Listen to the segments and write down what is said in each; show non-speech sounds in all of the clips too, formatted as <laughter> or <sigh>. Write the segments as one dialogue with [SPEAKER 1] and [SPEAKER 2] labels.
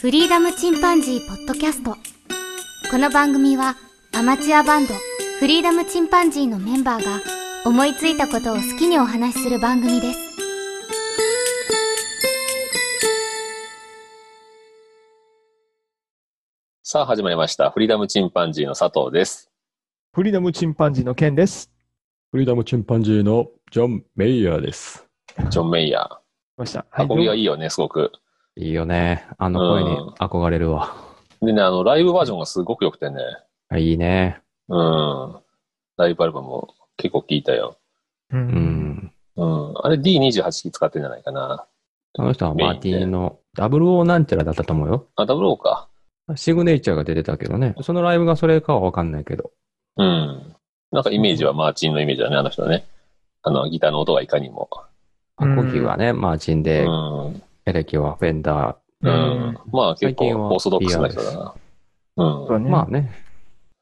[SPEAKER 1] フリーダムチンパンジーポッドキャスト。この番組はアマチュアバンドフリーダムチンパンジーのメンバーが思いついたことを好きにお話しする番組です。
[SPEAKER 2] さあ始まりました。フリーダムチンパンジーの佐藤です。
[SPEAKER 3] フリーダムチンパンジーの件です。
[SPEAKER 4] フリーダムチンパンジーのジョン・メイヤーです。
[SPEAKER 2] ジョン・メイヤー。
[SPEAKER 3] ました。は
[SPEAKER 2] 運びがい
[SPEAKER 3] い。
[SPEAKER 2] いよね、すごく。
[SPEAKER 4] いいよね。あの声に
[SPEAKER 2] うん
[SPEAKER 4] 憧れるわ。
[SPEAKER 2] でね、あの、ライブバージョンがすごく良くてね。
[SPEAKER 4] いいね。
[SPEAKER 2] うん。ライブアルバムも結構聴いたよ。
[SPEAKER 3] う。
[SPEAKER 4] うんん。
[SPEAKER 2] うん。あれ D28 使ってんじゃないかな。
[SPEAKER 4] あの人はマーテ
[SPEAKER 2] メイ
[SPEAKER 4] ィ
[SPEAKER 2] ン
[SPEAKER 4] ン
[SPEAKER 2] ね
[SPEAKER 4] の00なんちゃらだったと思うよ。
[SPEAKER 2] あ、ダブルオーか。
[SPEAKER 4] シグネイチャーが出てたけどね。そのライブがそれかはわかんないけど。
[SPEAKER 2] うん。なんかイメージはマーチンのイメージだね、あの人ね。あの、ギターの音がいかにも。
[SPEAKER 4] ア
[SPEAKER 3] うん
[SPEAKER 4] コギはね、マーチン
[SPEAKER 2] う
[SPEAKER 4] で、
[SPEAKER 2] ん。
[SPEAKER 4] エレキはフェンダ
[SPEAKER 2] うん。まあ結
[SPEAKER 4] 最
[SPEAKER 2] 構
[SPEAKER 4] 近は
[SPEAKER 2] オーソドックスな人だな。うん。
[SPEAKER 3] そう
[SPEAKER 2] は
[SPEAKER 3] だ
[SPEAKER 4] ー。
[SPEAKER 3] ね。
[SPEAKER 4] まあね。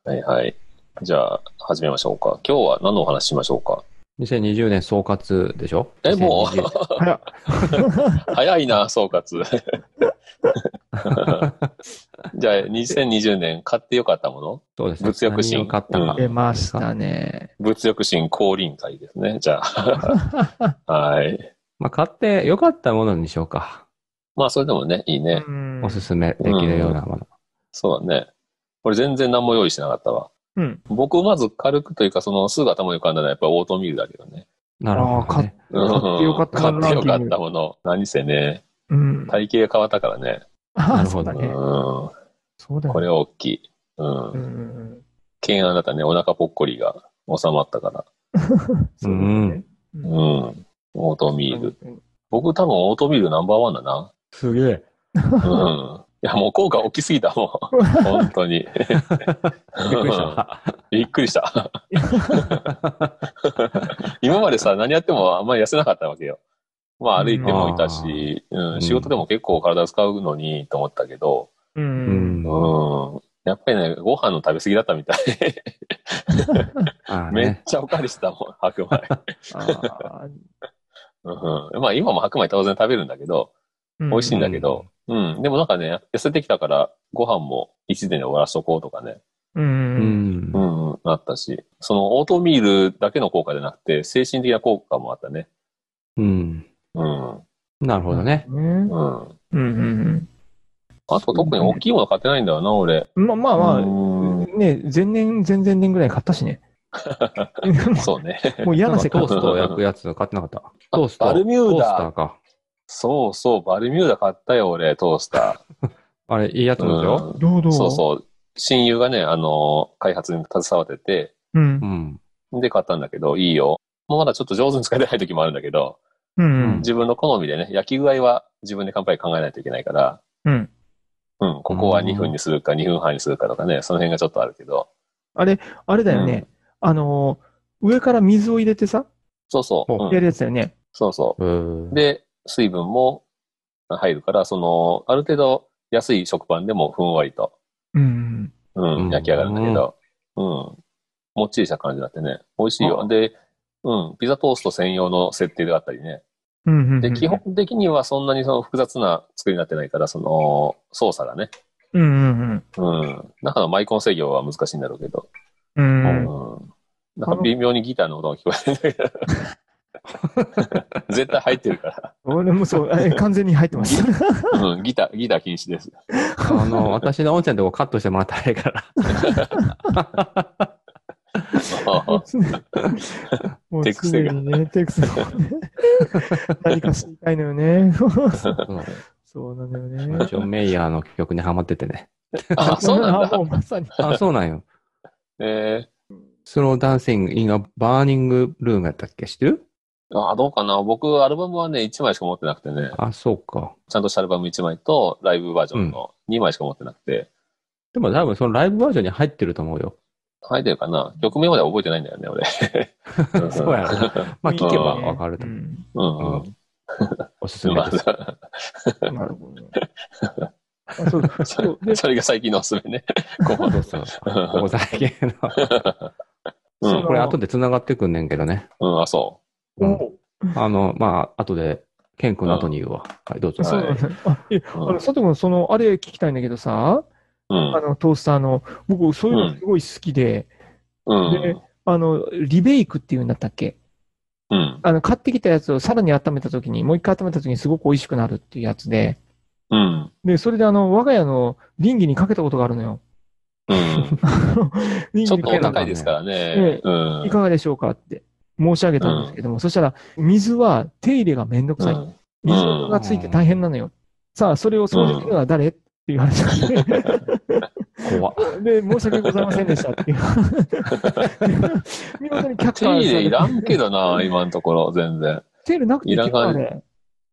[SPEAKER 2] いはい。じゃあ、始めましょうか。今日は何のお話ししましょうか。
[SPEAKER 4] 2020年総括でしょ
[SPEAKER 2] えもう
[SPEAKER 3] <laughs>
[SPEAKER 4] <laughs> 2020
[SPEAKER 3] あら、
[SPEAKER 2] 早いな、総
[SPEAKER 3] <laughs>
[SPEAKER 2] 括。じゃあ、2020年買ってよかったもの
[SPEAKER 4] そうですね。
[SPEAKER 2] 物欲シーン
[SPEAKER 4] 何を買ったか。
[SPEAKER 3] 出ましたね。
[SPEAKER 2] 物欲心降臨会ですね。じゃ
[SPEAKER 3] <laughs>
[SPEAKER 2] あ。はい。
[SPEAKER 4] まあ買って良かったものにしようか。
[SPEAKER 2] まあ、それでもね、いいね。
[SPEAKER 3] うん
[SPEAKER 4] おすすめできるようなもの。
[SPEAKER 2] そうだね。これ全然何も用意してなかったわ。
[SPEAKER 3] うん。
[SPEAKER 2] 僕、まず軽くというか、その、すぐ頭に浮かんだのはやっぱりオートミールだけどね。
[SPEAKER 4] なるほど、ね。
[SPEAKER 2] うん
[SPEAKER 3] 買ってよかったもの
[SPEAKER 2] 買ってよか
[SPEAKER 3] ランキ
[SPEAKER 2] っ
[SPEAKER 3] ン
[SPEAKER 2] た
[SPEAKER 3] グ
[SPEAKER 2] もの。何せね、
[SPEAKER 3] うん。
[SPEAKER 2] 体型変わったからね。
[SPEAKER 3] あ
[SPEAKER 4] な
[SPEAKER 3] あ、
[SPEAKER 4] る
[SPEAKER 3] そ
[SPEAKER 4] ほ
[SPEAKER 3] う
[SPEAKER 4] ど
[SPEAKER 3] だ
[SPEAKER 2] う
[SPEAKER 3] ね。
[SPEAKER 2] ん。
[SPEAKER 3] そうだ
[SPEAKER 2] こ
[SPEAKER 3] よね。
[SPEAKER 2] れは大きい。うん
[SPEAKER 3] う。ん。
[SPEAKER 2] 懸案だったね、お腹ぽっこりが収まったから。
[SPEAKER 3] そうだね。
[SPEAKER 2] うん。オートミール。
[SPEAKER 3] うん
[SPEAKER 2] 僕多分オートミールナンバーワンだな。
[SPEAKER 4] すげえ。
[SPEAKER 2] うん。いや、もう効果大きすぎたもん。本当に。
[SPEAKER 4] びっくりした。
[SPEAKER 2] びっくりした。今までさ、何やってもあんまり痩せなかったわけよ。まあ歩いてもいたし、うん
[SPEAKER 4] うん
[SPEAKER 2] 仕事でも結構体使うのにと思ったけど、
[SPEAKER 3] う。
[SPEAKER 4] うんん。
[SPEAKER 2] うん。やっぱりね、ご飯の食べ過ぎだったみたい。
[SPEAKER 4] あ
[SPEAKER 2] <laughs>
[SPEAKER 4] あ
[SPEAKER 2] めっ
[SPEAKER 4] ね。
[SPEAKER 2] ちゃおかわりしてたもん、白米。
[SPEAKER 3] ああ
[SPEAKER 2] うん、まあ今も白米当然食べるんだけど、美味しいんだけど、うん、でもなんかね、痩せてきたから、ご飯も一年で終わらしとこうとかね、
[SPEAKER 3] う。
[SPEAKER 4] うんん
[SPEAKER 2] う。ん、うん、なったし、そのオートミールだけの効果じゃなくて、精神的な効果もあったね。
[SPEAKER 4] うん。
[SPEAKER 2] うん、うん。
[SPEAKER 4] なるほどね。
[SPEAKER 3] ね
[SPEAKER 2] あ
[SPEAKER 3] うんうん
[SPEAKER 2] と特に大きいもの買ってないんだよな、俺。
[SPEAKER 3] うん。まあまあ
[SPEAKER 2] う
[SPEAKER 3] ま
[SPEAKER 2] ん
[SPEAKER 3] あ、ね、前年、前々年ぐらい買った
[SPEAKER 2] <laughs>
[SPEAKER 3] しね。
[SPEAKER 2] そうね。
[SPEAKER 3] もう嫌
[SPEAKER 4] なん
[SPEAKER 3] な
[SPEAKER 4] か
[SPEAKER 3] 世
[SPEAKER 4] ト
[SPEAKER 3] 界
[SPEAKER 4] ー。ストを焼くやつ買ってなかった。トースト。
[SPEAKER 2] バルミュー
[SPEAKER 4] トースタ
[SPEAKER 2] ダ。
[SPEAKER 4] ーか。
[SPEAKER 2] そうそう、バルミューダ買ったよ、俺、トースタ
[SPEAKER 4] あれ、いいやつ
[SPEAKER 2] ー。
[SPEAKER 4] でしょ
[SPEAKER 2] うん
[SPEAKER 3] どうどう
[SPEAKER 2] そうそう。親友がね、あの、開発に携わってて、
[SPEAKER 3] う。うん
[SPEAKER 4] う。ん。
[SPEAKER 2] で買ったんだけど、いいよ。もうまだちょっと上手に使えてない時もあるんだけど、
[SPEAKER 3] うん。
[SPEAKER 2] 自分の好みでね、焼き具合は自分で乾杯考えないといけないから、
[SPEAKER 3] うん。
[SPEAKER 2] うん、ここは
[SPEAKER 4] うん
[SPEAKER 2] 2分にするか2分半にするかとかね、その辺がちょっとあるけど、
[SPEAKER 3] あれだよね。あのー、上から水を入れてさ、
[SPEAKER 2] そうそう、
[SPEAKER 4] ほう
[SPEAKER 2] うん
[SPEAKER 3] やるやつだよね。
[SPEAKER 2] そうそうう。
[SPEAKER 4] ん。
[SPEAKER 2] で、水分も入るから、その、ある程度安い食パンでもふんわりと、
[SPEAKER 3] うん。
[SPEAKER 2] う、
[SPEAKER 4] うんん
[SPEAKER 2] 焼き上がるんだけど、うん、もっちりした感じになってね、美味しいよ。で、うん、ピザトースト専用の設定であったりね、
[SPEAKER 3] うんうん。
[SPEAKER 2] で、基本的にはそんなにその複雑な作りになってないから、その操作がね、
[SPEAKER 3] うんうん
[SPEAKER 2] うん。中のマイコン制御は難しいんだろうけど、
[SPEAKER 3] うん。
[SPEAKER 2] う
[SPEAKER 3] うん。
[SPEAKER 2] ん。なんか微妙にギターの音が聞こえてるんだけど。絶対入ってるか
[SPEAKER 3] 俺もそう、え完全に入ってます。
[SPEAKER 2] ら。うん、ギター、ギター禁止です。
[SPEAKER 4] あの、私の音声のとこカットしてもらったらいいから。
[SPEAKER 3] もう常にもう
[SPEAKER 2] 手癖が
[SPEAKER 3] 常にね、手癖がね。何か知りたいのよね。 <laughs>
[SPEAKER 4] そう
[SPEAKER 3] そうなのよね。
[SPEAKER 4] ジョン・メイヤーの曲にハマっててね。
[SPEAKER 2] あ、そうなん
[SPEAKER 3] あ
[SPEAKER 2] だ
[SPEAKER 3] も。うまさに。
[SPEAKER 4] あ、そうなんよ。
[SPEAKER 2] え
[SPEAKER 4] スローダンシング・イン・ア・バーニング・ルームやったっけ知ってる
[SPEAKER 2] ー、あ、どうかな。僕、アルバムはね、1枚しか持ってなくてね、
[SPEAKER 4] あ、そうか。
[SPEAKER 2] ちゃんとしたアルバム1枚と、ライブバージョンの2枚しか持ってなくて、
[SPEAKER 4] でも多分そのライブバージョンに入ってると思うよ。
[SPEAKER 2] 入ってるかな。曲名までは覚えてないんだよ
[SPEAKER 3] <laughs>
[SPEAKER 2] ね、俺。ん
[SPEAKER 4] そうやろな。まあ聞けば
[SPEAKER 2] うん
[SPEAKER 4] わかると
[SPEAKER 3] う
[SPEAKER 4] 思う。
[SPEAKER 2] <laughs>
[SPEAKER 3] ん
[SPEAKER 2] うんうん。
[SPEAKER 4] おすすめです。
[SPEAKER 3] なるほどね。あそう
[SPEAKER 2] そ
[SPEAKER 3] そうで
[SPEAKER 2] れそれが最近のおすす
[SPEAKER 3] <laughs>
[SPEAKER 2] めね。ここ
[SPEAKER 4] そうそう。ここ最近の。
[SPEAKER 2] う
[SPEAKER 3] そ
[SPEAKER 2] ん
[SPEAKER 3] の
[SPEAKER 4] これ後で繋がってくんねんけどね。
[SPEAKER 2] うん、あ、そ
[SPEAKER 4] うんあの、まあ、後で健君の後に言うわ。はい、どうぞ。
[SPEAKER 3] そうなんだ。あ、いや、あ
[SPEAKER 2] うん
[SPEAKER 3] の、佐藤君、その、あれ聞きたいんだけどさ、
[SPEAKER 2] うん
[SPEAKER 3] あの、トースターの、僕、そういうのすごい好きで、
[SPEAKER 2] うん。
[SPEAKER 3] であの、リベイクっていうんだったっけ
[SPEAKER 2] うん。
[SPEAKER 3] あの、買ってきたやつをさらに温めた時に、もう一回温めた時にすごく美味しくなるっていうやつで、
[SPEAKER 2] うん。
[SPEAKER 3] で、それであの、我が家の倫理にかけたことがあるのよ。
[SPEAKER 2] うん。
[SPEAKER 3] 倫
[SPEAKER 2] ちょっと
[SPEAKER 3] 理にかけ
[SPEAKER 2] お
[SPEAKER 3] た
[SPEAKER 2] 高いですから
[SPEAKER 3] ええ
[SPEAKER 2] ね。うん。
[SPEAKER 3] いかがでしょうかって申し上げたんですけども、そしたら、水は手入れがめんどく
[SPEAKER 2] う
[SPEAKER 3] さい。
[SPEAKER 2] ん
[SPEAKER 3] 水垢がついて大変なのよ。さあ、それを掃除するのは誰、っていう話があって
[SPEAKER 4] 怖っ。
[SPEAKER 3] で、申し訳ございませんでした
[SPEAKER 2] <laughs>
[SPEAKER 3] っていう。見事に却下
[SPEAKER 2] 手入れいら
[SPEAKER 3] され
[SPEAKER 2] んけどな、今のところ、全然。
[SPEAKER 3] て手入れなくていいけ
[SPEAKER 2] いら
[SPEAKER 3] ど
[SPEAKER 2] な
[SPEAKER 3] あ
[SPEAKER 2] い
[SPEAKER 3] れ。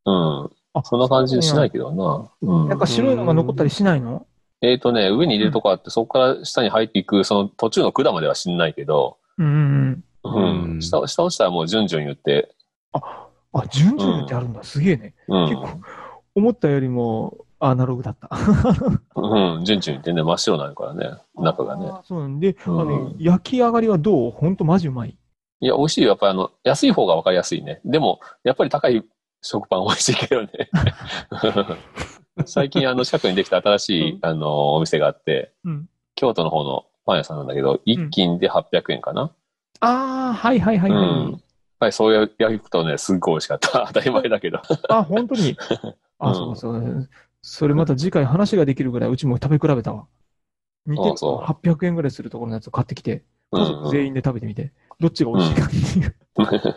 [SPEAKER 2] うん。
[SPEAKER 3] あ
[SPEAKER 2] そんな感じしないけどな。うん
[SPEAKER 3] なん。か白いのが残ったりしないの
[SPEAKER 2] えっ、とね、上に入れるとこあって、そこから下に入っていく、その途中の管までは知んないけど、
[SPEAKER 3] うんうんうん。
[SPEAKER 2] うん。
[SPEAKER 4] うん
[SPEAKER 2] 下、下落ちたらもう順々言って、
[SPEAKER 3] あ、順々ってあるんだ。すげえね。
[SPEAKER 2] う
[SPEAKER 3] 結構、思ったよりもアナログだった。
[SPEAKER 2] ん。うん。順々言ってね、真っ白になるからね、中がね。
[SPEAKER 3] あーそうなんで、あ
[SPEAKER 2] う
[SPEAKER 3] の
[SPEAKER 2] ん、
[SPEAKER 3] 焼き上がりはどうほんとマジうまい。
[SPEAKER 2] いや、美味しいよ。やっぱりあの、安い方がわかりやすいね。でも、やっぱり高い食パン美味しいけ
[SPEAKER 3] <laughs>
[SPEAKER 2] どね。最近、あの、近くにできた新し
[SPEAKER 3] う
[SPEAKER 2] い
[SPEAKER 3] ん、
[SPEAKER 2] あの、お店があって、
[SPEAKER 3] うん
[SPEAKER 2] 京都の方のパン屋さんなんだけど、一斤で800円かな。
[SPEAKER 3] ああ、はいはいはいはい。
[SPEAKER 2] うんはい、そうや焼くとね、すっごい美味しかった。 <laughs> 当たり前だけど。
[SPEAKER 3] あ、本
[SPEAKER 2] <laughs>
[SPEAKER 3] 当に。あ、
[SPEAKER 2] うん
[SPEAKER 3] そうそう。それまた次回話ができるぐらい、うちも食べ比べたわ。似てる
[SPEAKER 2] あそう
[SPEAKER 3] 800円ぐらいするところのやつを買ってきて、
[SPEAKER 2] うん
[SPEAKER 3] 家族全員で食べてみて、どっちが美味しいかっていう。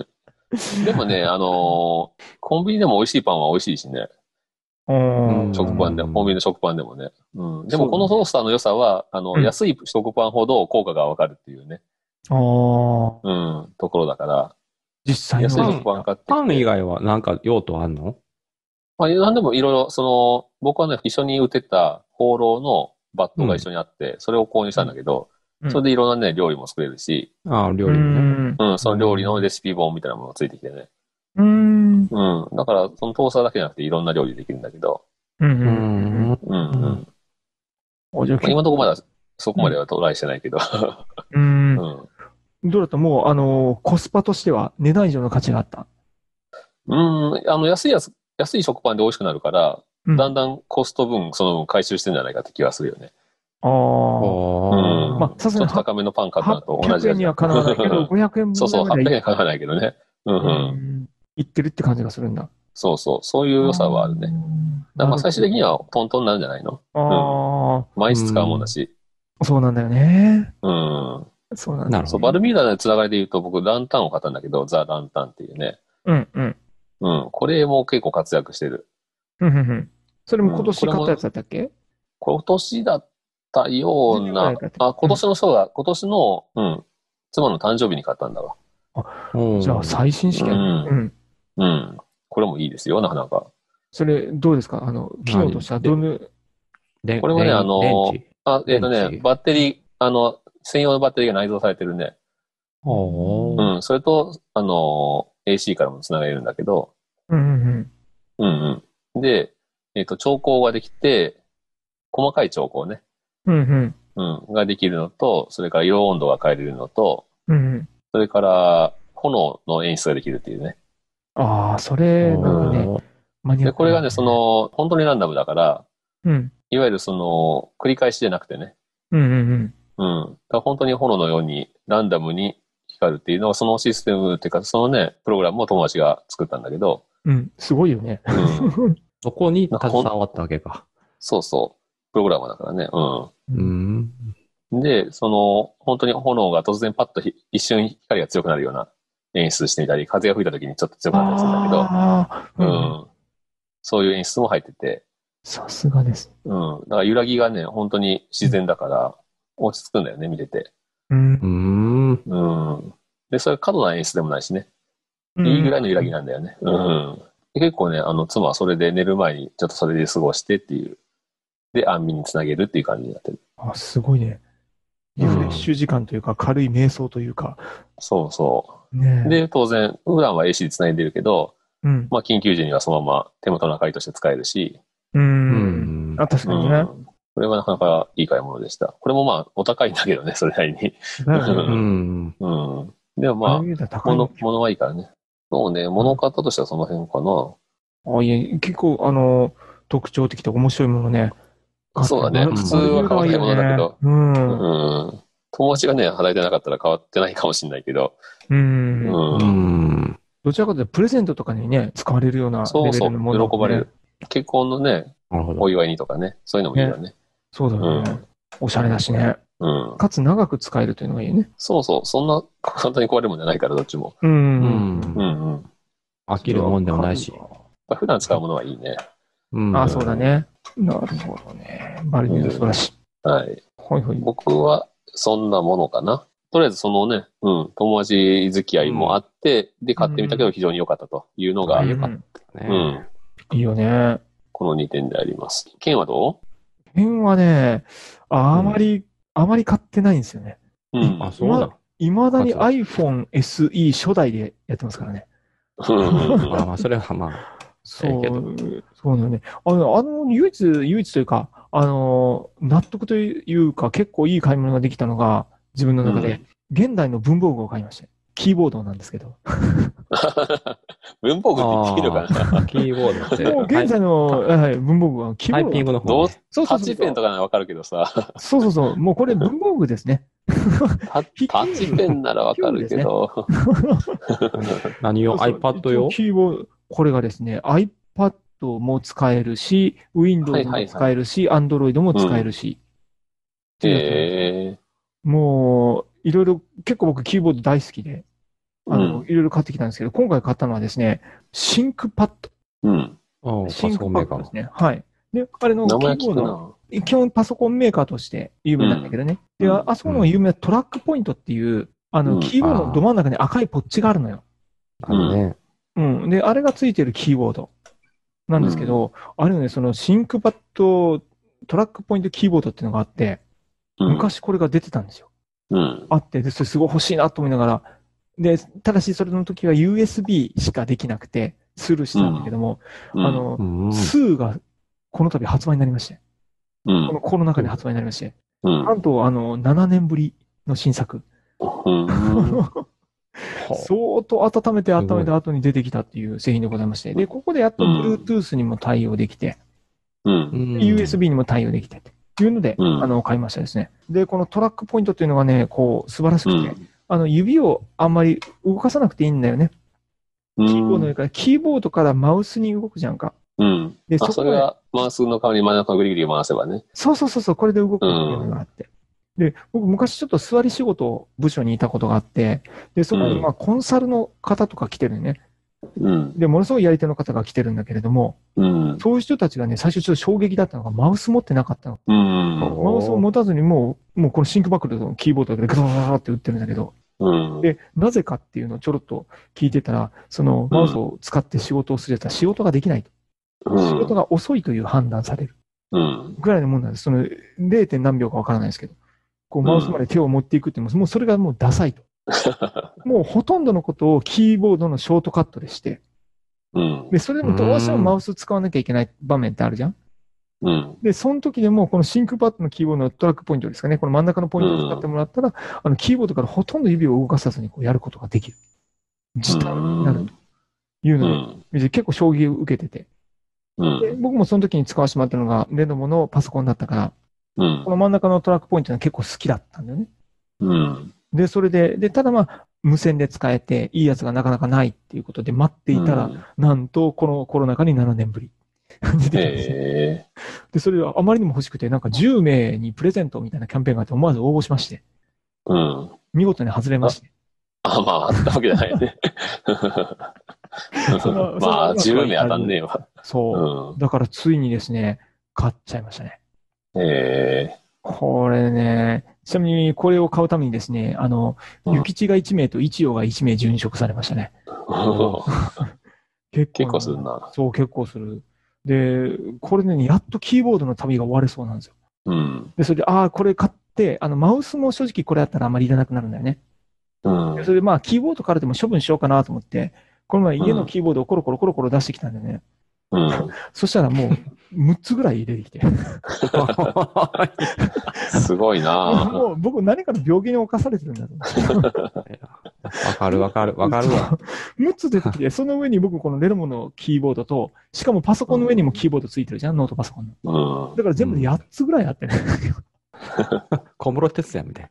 [SPEAKER 2] でもね、あのーコンビニでも美味しいパンは美味しいしね。
[SPEAKER 3] うん
[SPEAKER 2] 食パンで
[SPEAKER 4] う
[SPEAKER 2] も、
[SPEAKER 4] ん
[SPEAKER 2] コンビニの食パンでもね。うん。でも
[SPEAKER 3] そう
[SPEAKER 2] このトースターの良さは、あの、
[SPEAKER 3] うん
[SPEAKER 2] 安い食パンほど効果がわかるっていうね。
[SPEAKER 3] あー
[SPEAKER 2] うん。ところだから、
[SPEAKER 3] 実際
[SPEAKER 2] 安い
[SPEAKER 3] の
[SPEAKER 2] 食パン買ってきて。
[SPEAKER 4] パン以外はなんか用途あんの
[SPEAKER 2] まあ、なんでもいろいろ、その、僕はね、一緒に売ってた放浪のバットが一緒にあって、それを購入したんだけど、
[SPEAKER 3] うん
[SPEAKER 2] それでいろんなね、料理も作れるし、
[SPEAKER 4] ああ、料
[SPEAKER 3] う
[SPEAKER 4] 理もね。
[SPEAKER 3] ん。
[SPEAKER 2] うん、その料理のレシピ本みたいなものがついてきてね。
[SPEAKER 3] う
[SPEAKER 2] う
[SPEAKER 3] ん。
[SPEAKER 2] ん。だから、そのトースターだけじゃなくていろんな料理できるんだけど、
[SPEAKER 3] う。
[SPEAKER 4] うんん。
[SPEAKER 2] うん、うん。
[SPEAKER 3] うん
[SPEAKER 2] ま
[SPEAKER 3] おじゃあ
[SPEAKER 2] あ今のところまだそこまではトライしてないけど、
[SPEAKER 3] う。
[SPEAKER 2] うんん。 <laughs>
[SPEAKER 3] どうだったもう、あのー、コスパとしては値段以上の価値があった。
[SPEAKER 2] うん、あの、安いやつ、安い食パンで美味しくなるから、
[SPEAKER 3] うん
[SPEAKER 2] だんだんコスト分、その分回収してんじゃないかって気がするよね。
[SPEAKER 3] あ
[SPEAKER 4] あ
[SPEAKER 2] う
[SPEAKER 3] あ。
[SPEAKER 4] あ。
[SPEAKER 2] ん
[SPEAKER 3] まあ、さす
[SPEAKER 2] ちょ
[SPEAKER 3] が
[SPEAKER 2] っ
[SPEAKER 3] に
[SPEAKER 2] と高めのパン買ったのと同じ
[SPEAKER 3] 800円にはかなわないけど、500円分
[SPEAKER 2] そうそう、
[SPEAKER 3] ぐらい
[SPEAKER 2] 800円かからないけどね。うん、うん。
[SPEAKER 3] いってるって感じがするんだ。
[SPEAKER 2] そうそう、そういう良さはあるね。。だからまあ最終的に
[SPEAKER 3] は。
[SPEAKER 2] はトントンになるんじゃないの
[SPEAKER 3] あ
[SPEAKER 2] 毎日使うもんだし。
[SPEAKER 3] あ、そうなんだよね。
[SPEAKER 2] うん。
[SPEAKER 3] そうなんだ
[SPEAKER 4] な
[SPEAKER 3] よ。
[SPEAKER 4] る
[SPEAKER 2] そ
[SPEAKER 4] ほ
[SPEAKER 2] う、バ
[SPEAKER 4] ど。
[SPEAKER 2] ルミューダのつながりで言うと僕ランタンを買ったんだけど、ザ・ランタンっていうね。
[SPEAKER 3] うんうん
[SPEAKER 2] うん。これも結構活躍してる。
[SPEAKER 3] うんうんうん。それも今年買ったやつだったっけ
[SPEAKER 2] 今年だったような
[SPEAKER 3] 年ぐらいだっ、た
[SPEAKER 2] あ、今年の人が、今年の、うん。妻の誕生日に買ったんだわ。
[SPEAKER 4] うん
[SPEAKER 3] じゃあ最新試
[SPEAKER 2] う。
[SPEAKER 3] 験。うんん。
[SPEAKER 2] うん。これもいいですよ、なかなか。
[SPEAKER 3] それ、どうですかあの、機能としてはどの、
[SPEAKER 4] で
[SPEAKER 2] これはね
[SPEAKER 4] 電
[SPEAKER 2] あのー
[SPEAKER 4] 電池
[SPEAKER 2] あ、えっ、と
[SPEAKER 4] 電池
[SPEAKER 2] ね、バッテリー、あの、専用のバッテリーが内蔵されてるね。
[SPEAKER 4] おー
[SPEAKER 2] うん。それと、あの、AC からもつながれるんだけど、
[SPEAKER 3] うんうん
[SPEAKER 2] うんうん。で、えっ、と、調光ができて、細かい調光ね。
[SPEAKER 3] うん。うんうん。
[SPEAKER 2] うん。ができるのと、それから色温度が変えれるのと、
[SPEAKER 3] うんうん。
[SPEAKER 2] それから、炎の演出ができるっていうね。
[SPEAKER 3] ああ、それ、なんかね、
[SPEAKER 4] おー
[SPEAKER 3] マニアッ
[SPEAKER 2] で、
[SPEAKER 3] ク
[SPEAKER 2] これがね、そ、の、本当にランダムだから、
[SPEAKER 3] うん。
[SPEAKER 2] いわゆるその、繰り返しじゃなくてね。
[SPEAKER 3] うんうんうん。
[SPEAKER 2] うん。だから本当に炎のように、ランダムに光るっていうのは、そのシステムっていうか、そのね、プログラムを友達が作ったんだけど、
[SPEAKER 3] うん。すごいよね。
[SPEAKER 2] <laughs> うん。
[SPEAKER 4] そこに携わったわけか。
[SPEAKER 2] そうそう。プログラムだからね。うん。
[SPEAKER 4] うん。
[SPEAKER 2] で、その、本当に炎が突然パッとひ一瞬光が強くなるような演出してみたり、風が吹いた時にちょっと強くなったりするんだけど、
[SPEAKER 3] ああ、。
[SPEAKER 2] うんん。そういう演出も入ってて、
[SPEAKER 3] さすがです。
[SPEAKER 2] うん。だから揺らぎがね、本当に自然だから、落ち着くんだよね、見てて。
[SPEAKER 3] うん
[SPEAKER 4] う。ん。
[SPEAKER 2] うん。で、それ過度な演出でもないしね、
[SPEAKER 3] うん
[SPEAKER 2] いいぐらいの揺らぎなんだよね。うん。で結構ね、あの、妻はそれで寝る前にちょっとそれで過ごしてっていう、で、安眠につなげるっていう感じになってる。
[SPEAKER 3] あ、すごいね。リフレッシュ時間というか、軽い瞑想というか。
[SPEAKER 2] そうそ
[SPEAKER 3] ね
[SPEAKER 2] う。
[SPEAKER 3] え、
[SPEAKER 2] で、当然、普段は AC でつないでるけど、
[SPEAKER 3] うん。
[SPEAKER 2] まあ、緊急時にはそのまま手元の明かりとして使えるし、
[SPEAKER 3] う。
[SPEAKER 4] うんん。
[SPEAKER 3] あ、確かに
[SPEAKER 2] う
[SPEAKER 3] ね。
[SPEAKER 2] んこれはなかなかいい買い物でした。これもまあ、お高いんだけどね、それなりに。
[SPEAKER 3] だよね
[SPEAKER 4] うん。
[SPEAKER 2] うん。でもま
[SPEAKER 3] あ
[SPEAKER 2] あ
[SPEAKER 3] あい、うのは高い
[SPEAKER 2] 物
[SPEAKER 3] の、
[SPEAKER 2] 物はいいからね。そうね、物を買ったとしたらその辺かな。
[SPEAKER 3] あいえ、結構、あの、特徴的で面白いものね。
[SPEAKER 2] そうだね
[SPEAKER 3] ん
[SPEAKER 4] 普通は
[SPEAKER 2] 変わらないものだけど。
[SPEAKER 3] うん。
[SPEAKER 2] うん。友達がね、働いてなかったら変わってないかもしれないけど。
[SPEAKER 3] う。
[SPEAKER 2] うん。
[SPEAKER 4] うんん。
[SPEAKER 3] どちらかというと、プレゼントとかにね、使われるような
[SPEAKER 2] そ
[SPEAKER 3] レ
[SPEAKER 2] う
[SPEAKER 3] ベ
[SPEAKER 2] そう。
[SPEAKER 3] ルのもの、ね。
[SPEAKER 2] 喜ばれる。。結婚のね、
[SPEAKER 4] なるほど
[SPEAKER 2] お。祝いにとかね、そういうのもいいよね。
[SPEAKER 3] そうだよね。おしゃれだしね。
[SPEAKER 2] うん。
[SPEAKER 3] かつ長く使えるというのがいいね。
[SPEAKER 2] そうそう。そんな簡単に壊れるもんじゃないから、どっちも。
[SPEAKER 3] う。
[SPEAKER 4] うんん。
[SPEAKER 2] うんうん。やっ
[SPEAKER 4] 飽きるもんでもないし。
[SPEAKER 2] ぱ普段使うものはいいね。
[SPEAKER 4] うん
[SPEAKER 3] あ、そうだね。なるほどね。バルニュード素晴らしい。
[SPEAKER 2] はい。
[SPEAKER 3] はいはい。
[SPEAKER 2] 僕は、そんなものかな。とりあえず、そのね、うん、友達付き合いもあって、で、買ってみたけど非常に良かったというのが、
[SPEAKER 4] あ
[SPEAKER 2] う
[SPEAKER 4] よ
[SPEAKER 2] ん
[SPEAKER 4] かっ
[SPEAKER 2] うん
[SPEAKER 4] ね。
[SPEAKER 3] いいよね。
[SPEAKER 2] この2点であります。ケンはど
[SPEAKER 3] 辺はね、あまり、あまり買ってないんですよね。
[SPEAKER 2] ううん。
[SPEAKER 4] あ、そうだ。
[SPEAKER 3] いまだに
[SPEAKER 4] あ
[SPEAKER 3] iPhone SE 初代でやってますからね。
[SPEAKER 2] うんうん
[SPEAKER 4] まあまあ、それはまあ、
[SPEAKER 3] そ
[SPEAKER 4] ええけど
[SPEAKER 3] う、そうなのね。あの、あの、唯一、唯一というか、あの、納得というか、結構いい買い物ができたのが、自分の中で、現代の文房具を買いました。キーボードなんですけど。
[SPEAKER 2] 文房具ってできるかな
[SPEAKER 4] なキーボードって。
[SPEAKER 3] もう <laughs> 現在の、はい文房具はキーボー
[SPEAKER 4] タイ
[SPEAKER 3] ド。
[SPEAKER 4] ピングの
[SPEAKER 2] ど
[SPEAKER 4] 方
[SPEAKER 2] う
[SPEAKER 4] ね。
[SPEAKER 3] そう
[SPEAKER 2] タッ
[SPEAKER 3] そうそう
[SPEAKER 2] チペンとかならわかるけどさ、
[SPEAKER 3] そうそうそう。もうこれ文房具ですね。
[SPEAKER 2] タッタッチペンならわかるけど、
[SPEAKER 4] 何を
[SPEAKER 3] そうそう
[SPEAKER 4] iPad 用
[SPEAKER 3] キーボード、これがですね、iPad も使えるし、
[SPEAKER 2] は
[SPEAKER 3] Windows
[SPEAKER 2] いはいは
[SPEAKER 3] も
[SPEAKER 2] い
[SPEAKER 3] 使えるし、Android も使えるし。っていうやつなんです
[SPEAKER 2] ええ
[SPEAKER 3] もう、いろいろ、結構僕キーボード大好きで、あの、
[SPEAKER 2] う
[SPEAKER 3] いろいろ買ってきたんですけど、今回買ったのはですね、シンクパッド。
[SPEAKER 2] うん。
[SPEAKER 4] うんパ
[SPEAKER 3] シン
[SPEAKER 4] ソ
[SPEAKER 3] クパ
[SPEAKER 4] コンメ
[SPEAKER 3] ッ
[SPEAKER 4] ーカ
[SPEAKER 3] ドです
[SPEAKER 4] ー。
[SPEAKER 3] ね。はい。で、あれのキ
[SPEAKER 2] 名前
[SPEAKER 3] ー
[SPEAKER 2] は聞
[SPEAKER 3] ボ
[SPEAKER 2] く
[SPEAKER 3] ードは、
[SPEAKER 2] な。
[SPEAKER 3] 基本パソコンメーカーとして有名なんだけど
[SPEAKER 2] う
[SPEAKER 3] ね。
[SPEAKER 2] ん
[SPEAKER 3] で、
[SPEAKER 2] う
[SPEAKER 3] あ
[SPEAKER 2] ん
[SPEAKER 3] あそこの有名なトラックポイントっていう、あ
[SPEAKER 2] う
[SPEAKER 3] の、
[SPEAKER 2] ん
[SPEAKER 3] キーボードのど真ん中に赤いポッチがあるのよ。
[SPEAKER 4] あのね。
[SPEAKER 3] うん。で、あれがついてるキーボードなんですけど、あれのね、そのシンクパッド、トラックポイントキーボードっていうのがあって、
[SPEAKER 2] うん
[SPEAKER 3] 昔これが出てたんですよ。
[SPEAKER 2] うん。
[SPEAKER 3] あって、で、それすごい欲しいなと思いながら、で、ただしそれの時は USB しかできなくて、スルーしてたんだけども、
[SPEAKER 2] うん
[SPEAKER 3] あ、の
[SPEAKER 4] う、ん。
[SPEAKER 3] 2がこの度発売になりまして、
[SPEAKER 2] う
[SPEAKER 3] こ
[SPEAKER 2] ん
[SPEAKER 3] のコロナ禍で発売になりまして、
[SPEAKER 2] うん。
[SPEAKER 3] なんと、あの、7年ぶりの新作。
[SPEAKER 2] うん。
[SPEAKER 3] 相当温めて温め
[SPEAKER 4] す
[SPEAKER 3] た後に出てきたっていう製品でございまして、で、ここでやっと
[SPEAKER 2] うん
[SPEAKER 3] Bluetooth にも対応できて、
[SPEAKER 2] うん。
[SPEAKER 3] USB にも対応できてというので、
[SPEAKER 2] うん
[SPEAKER 3] あの、買いましたですね。で、このトラックポイントっていうのがね、こう、素晴らしくて、あの、指をあんまり動かさなくていいんだよね。キーボードの上から、キーボードからマウスに動くじゃんか。
[SPEAKER 2] うん。
[SPEAKER 3] で、
[SPEAKER 2] あ、
[SPEAKER 3] こ
[SPEAKER 2] そ
[SPEAKER 3] で
[SPEAKER 2] れは、マウスの代わりに真ん中をグリグリ回せばね。
[SPEAKER 3] そうそうそうそう、これで動くっていうのがあって。で、僕、昔ちょっと座り仕事を部署にいたことがあって、で、そこに、
[SPEAKER 2] うん
[SPEAKER 3] まあ、コンサルの方とか来てるね。
[SPEAKER 2] うん。
[SPEAKER 3] で、ものすごいやり手の方が来てるんだけれども、
[SPEAKER 2] うん。
[SPEAKER 3] そういう人たちがね、最初ちょっと衝撃だったのが、マウス持ってなかったの。
[SPEAKER 2] うん。
[SPEAKER 3] マウスを持たずに、もう、もうこのシンクバックルのキーボードだけでガラガラガラって打ってるんだけど、
[SPEAKER 2] うん。
[SPEAKER 3] で、なぜかっていうのをちょろっと聞いてたら、その、マウスを使って仕事をするやつは仕事ができないと。仕事が遅いという判断される
[SPEAKER 2] うん。
[SPEAKER 3] ぐらいのもんなんです。その 0. 点何秒かわからないですけど、こうマウスまで手を持っていくっていうのも、もうそれがもうダサ <laughs> いと。もうほとんどのことをキーボードのショートカットでして、
[SPEAKER 2] うん。
[SPEAKER 3] で、それでもどうしてもマウス使わなきゃいけない場面ってあるじゃん
[SPEAKER 2] うん。
[SPEAKER 3] で、その時でもこのシンクパッドのキーボードのトラックポイントですかね、この真ん中のポイントを使ってもらったら、あのキーボードからほとんど指を動かさずにこうやることができる。時短になるという
[SPEAKER 2] う
[SPEAKER 3] の
[SPEAKER 2] ん。
[SPEAKER 3] で、結構衝撃を受けてて。
[SPEAKER 2] うん。
[SPEAKER 3] で、僕もその時に使わせてもらったのが、レノボのパソコンだったから、
[SPEAKER 2] うん
[SPEAKER 3] こ。の真ん中のトラックポイントが結構好きだったんだよね。
[SPEAKER 2] うん。
[SPEAKER 3] で、それで、で、ただまあ、無線で使えて、いいやつがなかなかないっていうことで待っていたら、なんと、このコロナ禍に7年ぶり。出てきたんですよ
[SPEAKER 2] え
[SPEAKER 3] で、それがあまりにも欲しくて、なんか10名にプレゼントみたいなキャンペーンがあって、思わず応募しまして、
[SPEAKER 2] えうん。
[SPEAKER 3] 見事に外れまして。
[SPEAKER 2] あ、まあ、あったわけじゃない
[SPEAKER 4] <laughs>
[SPEAKER 2] ね。 <laughs> まあ、十名当たんねえわ。
[SPEAKER 3] そう。
[SPEAKER 2] う
[SPEAKER 3] だからついにですね、買っちゃいましたね。
[SPEAKER 2] ん。え
[SPEAKER 3] これね、ちなみにこれを買うためにですね、あの、
[SPEAKER 2] うん
[SPEAKER 3] 諭吉が1名と一葉が1名殉職されましたね。
[SPEAKER 2] え
[SPEAKER 3] 結
[SPEAKER 2] 結構するな。
[SPEAKER 3] そう、結構する。で、これね、やっとキーボードの旅が終われそうなんですよ。
[SPEAKER 2] うん。
[SPEAKER 3] で、それで、ああ、これ買って、あの、マウスも正直これだったらあんまりいらなくなるんだよね。
[SPEAKER 2] うん。
[SPEAKER 3] でそれで、まあ、キーボードからでも処分しようかなと思って、この前家
[SPEAKER 2] う
[SPEAKER 3] の
[SPEAKER 2] ん
[SPEAKER 3] キーボードをコロコロコロコロ出してきたんだよね。
[SPEAKER 2] うん。
[SPEAKER 3] そしたら
[SPEAKER 2] <laughs>
[SPEAKER 3] もう、6つぐらい出てきて。
[SPEAKER 2] すごいな
[SPEAKER 3] もう、僕何かの病気に侵されてるんだと思って。
[SPEAKER 4] わかるわかるわかるわ。
[SPEAKER 3] <laughs> 6つ出てきて、その上に僕このレルモのキーボードと、しかもパソコンの上にもキーボードついてるじゃん、ノートパソコンの。
[SPEAKER 2] うん。
[SPEAKER 3] だから全部で8つぐらいあってね。
[SPEAKER 4] 小室哲也みたいな。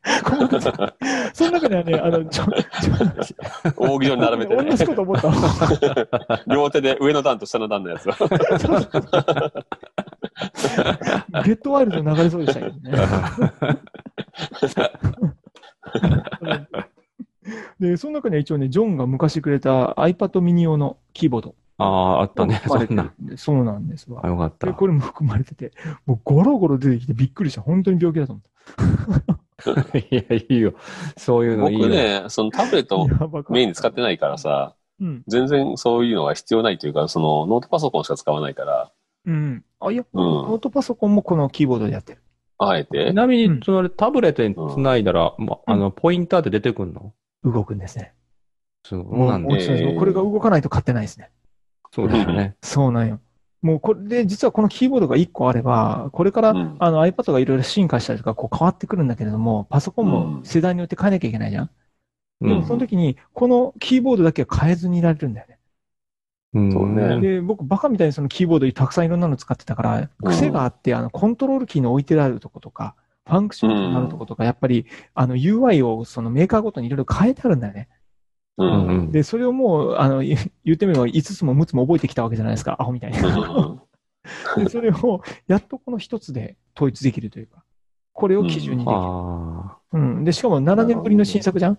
[SPEAKER 3] <laughs> その中で
[SPEAKER 2] <laughs>
[SPEAKER 3] はね、あの、ちょ、ちょ、
[SPEAKER 2] 扇状に並べて
[SPEAKER 3] 同じ
[SPEAKER 2] ね。
[SPEAKER 3] こと思ったわ。
[SPEAKER 2] 両手で上の段と下の段のやつを。
[SPEAKER 3] <laughs> ゲットワイルド流れそうでしたけどね。
[SPEAKER 2] <laughs>
[SPEAKER 3] で、その中には一応ね、ジョンが昔くれた iPad mini 用のキーボード。
[SPEAKER 4] ああ、あった <laughs> ね。
[SPEAKER 3] 含
[SPEAKER 4] そ
[SPEAKER 3] まれてる
[SPEAKER 4] んな。
[SPEAKER 3] んでそうなんですわ
[SPEAKER 4] あ、。よかった
[SPEAKER 3] で、。これも含まれてて、もうゴロゴロ出てきてびっくりした。本当に病気だと思っ
[SPEAKER 4] いや、いいよ。そういうのいいよ。
[SPEAKER 2] <laughs> 僕ね、そのタブレットを
[SPEAKER 3] た。やばかった
[SPEAKER 2] メインに使ってないからさ、
[SPEAKER 3] うん。
[SPEAKER 2] 全然そういうのが必要ないというか、そのノートパソコンしか使わないから、
[SPEAKER 3] うん。あ、いや、
[SPEAKER 2] うん
[SPEAKER 3] ノートパソコンもこのキーボードでやってる。
[SPEAKER 2] あえ
[SPEAKER 4] ち
[SPEAKER 2] て、
[SPEAKER 4] なみ
[SPEAKER 3] うん
[SPEAKER 4] に、そのタブレットにつないだら、ま、あの、ポインターって出てくんの
[SPEAKER 3] 動くんですね。
[SPEAKER 4] そうなん
[SPEAKER 3] も
[SPEAKER 4] で
[SPEAKER 3] うそうそう
[SPEAKER 2] えー
[SPEAKER 3] これが動かないと買ってないですね。
[SPEAKER 4] そうですよね。
[SPEAKER 3] そうなんよ。もうこれで、実はこのキーボードが1個あれば、これから、
[SPEAKER 2] うん
[SPEAKER 3] あの iPad がいろいろ進化したりとか、こう変わってくるんだけれども、パソコンも
[SPEAKER 2] うん
[SPEAKER 3] 世代によって変えなきゃいけないじゃん。
[SPEAKER 4] う
[SPEAKER 3] でも
[SPEAKER 4] ん
[SPEAKER 3] その時に、このキーボードだけは変えずにいられるんだよね。
[SPEAKER 4] うん
[SPEAKER 2] そうね
[SPEAKER 3] で、僕、バカみたいにそのキーボードたくさんいろんなの使ってたか
[SPEAKER 2] う
[SPEAKER 3] ら、
[SPEAKER 2] ん
[SPEAKER 3] 癖があって、あの、コントロールキーの置いてあるとことか、ファンクションのあるとことか、やっぱり、あの、UI をそのメーカーごとにいろいろ変えてあるんだよね。
[SPEAKER 2] う。
[SPEAKER 4] うんうんん。
[SPEAKER 3] で、それをもう、あの、い言ってみれば5つも6つも覚えてきたわけじゃないですか、アホみたいに。で、それを、やっとこの1つで統一できるというか、これを基準にできる。
[SPEAKER 4] あ
[SPEAKER 3] うん。で、しかも7年ぶりの新作じゃん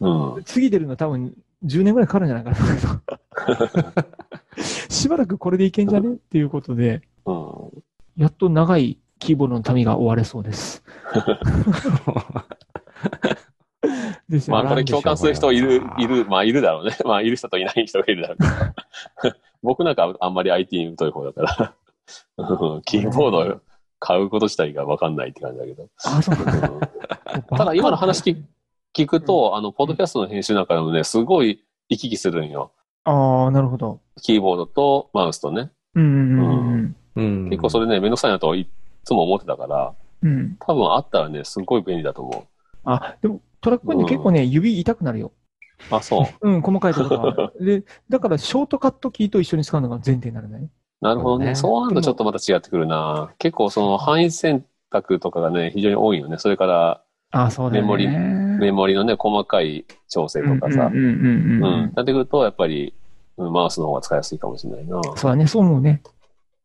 [SPEAKER 2] うん。
[SPEAKER 3] 次出るの多分10年ぐらいかかるんじゃないか <laughs> な。しばらくこれでいけんじゃねっていうことで、
[SPEAKER 2] うん。
[SPEAKER 3] やっと長いキーボードの旅が終われそうです。
[SPEAKER 4] あ。
[SPEAKER 3] です
[SPEAKER 2] ま
[SPEAKER 3] よ
[SPEAKER 2] あ
[SPEAKER 3] ね。
[SPEAKER 2] これ共感する人いる
[SPEAKER 4] なんでしょう、こ
[SPEAKER 2] い
[SPEAKER 4] れ
[SPEAKER 2] る、まあいるだろうね。 <laughs> まあいる人といない人がいるだろうけど。 <laughs> 僕なんかあんまり IT に疎い方だから、 <laughs> うんキーボードを買うこと自体がわかんないって感じだけど。
[SPEAKER 3] あ、そう <laughs>
[SPEAKER 2] うんただ今の話聞聞くと、あの、ポッドキャストの編集なんかでもね、すごい行き来するんよ。
[SPEAKER 3] ああ、なるほど。
[SPEAKER 2] キーボードとマウスとね。
[SPEAKER 3] うんうんうんうん。
[SPEAKER 4] うん。
[SPEAKER 2] 結構それね、めんどくさいなといつも思ってたから、
[SPEAKER 3] うん。
[SPEAKER 2] 多分あったらね、すごい便利だと思
[SPEAKER 3] あ、でも、トラック君って結構ね、指痛くなるよ。
[SPEAKER 2] う。あ、そう。
[SPEAKER 3] うん、細かいところ <laughs> は。で、だから、ショートカットキーと一緒に使うのが前提になるね。
[SPEAKER 2] なるほどね。
[SPEAKER 4] そ
[SPEAKER 2] そうなるとちょっとまた違ってくるな。結構その範囲選択とかがね、非常に多いよね。それから
[SPEAKER 3] あ、そうだよね。
[SPEAKER 2] メモリ
[SPEAKER 3] メ
[SPEAKER 2] メモリのね、細かい調整とかさ。
[SPEAKER 3] う
[SPEAKER 2] う
[SPEAKER 3] んうんうんうんん。。
[SPEAKER 2] なってくると、やっぱり、うんマウスの方が使いやすいかもしれないな。
[SPEAKER 3] そうだね、そう思うね。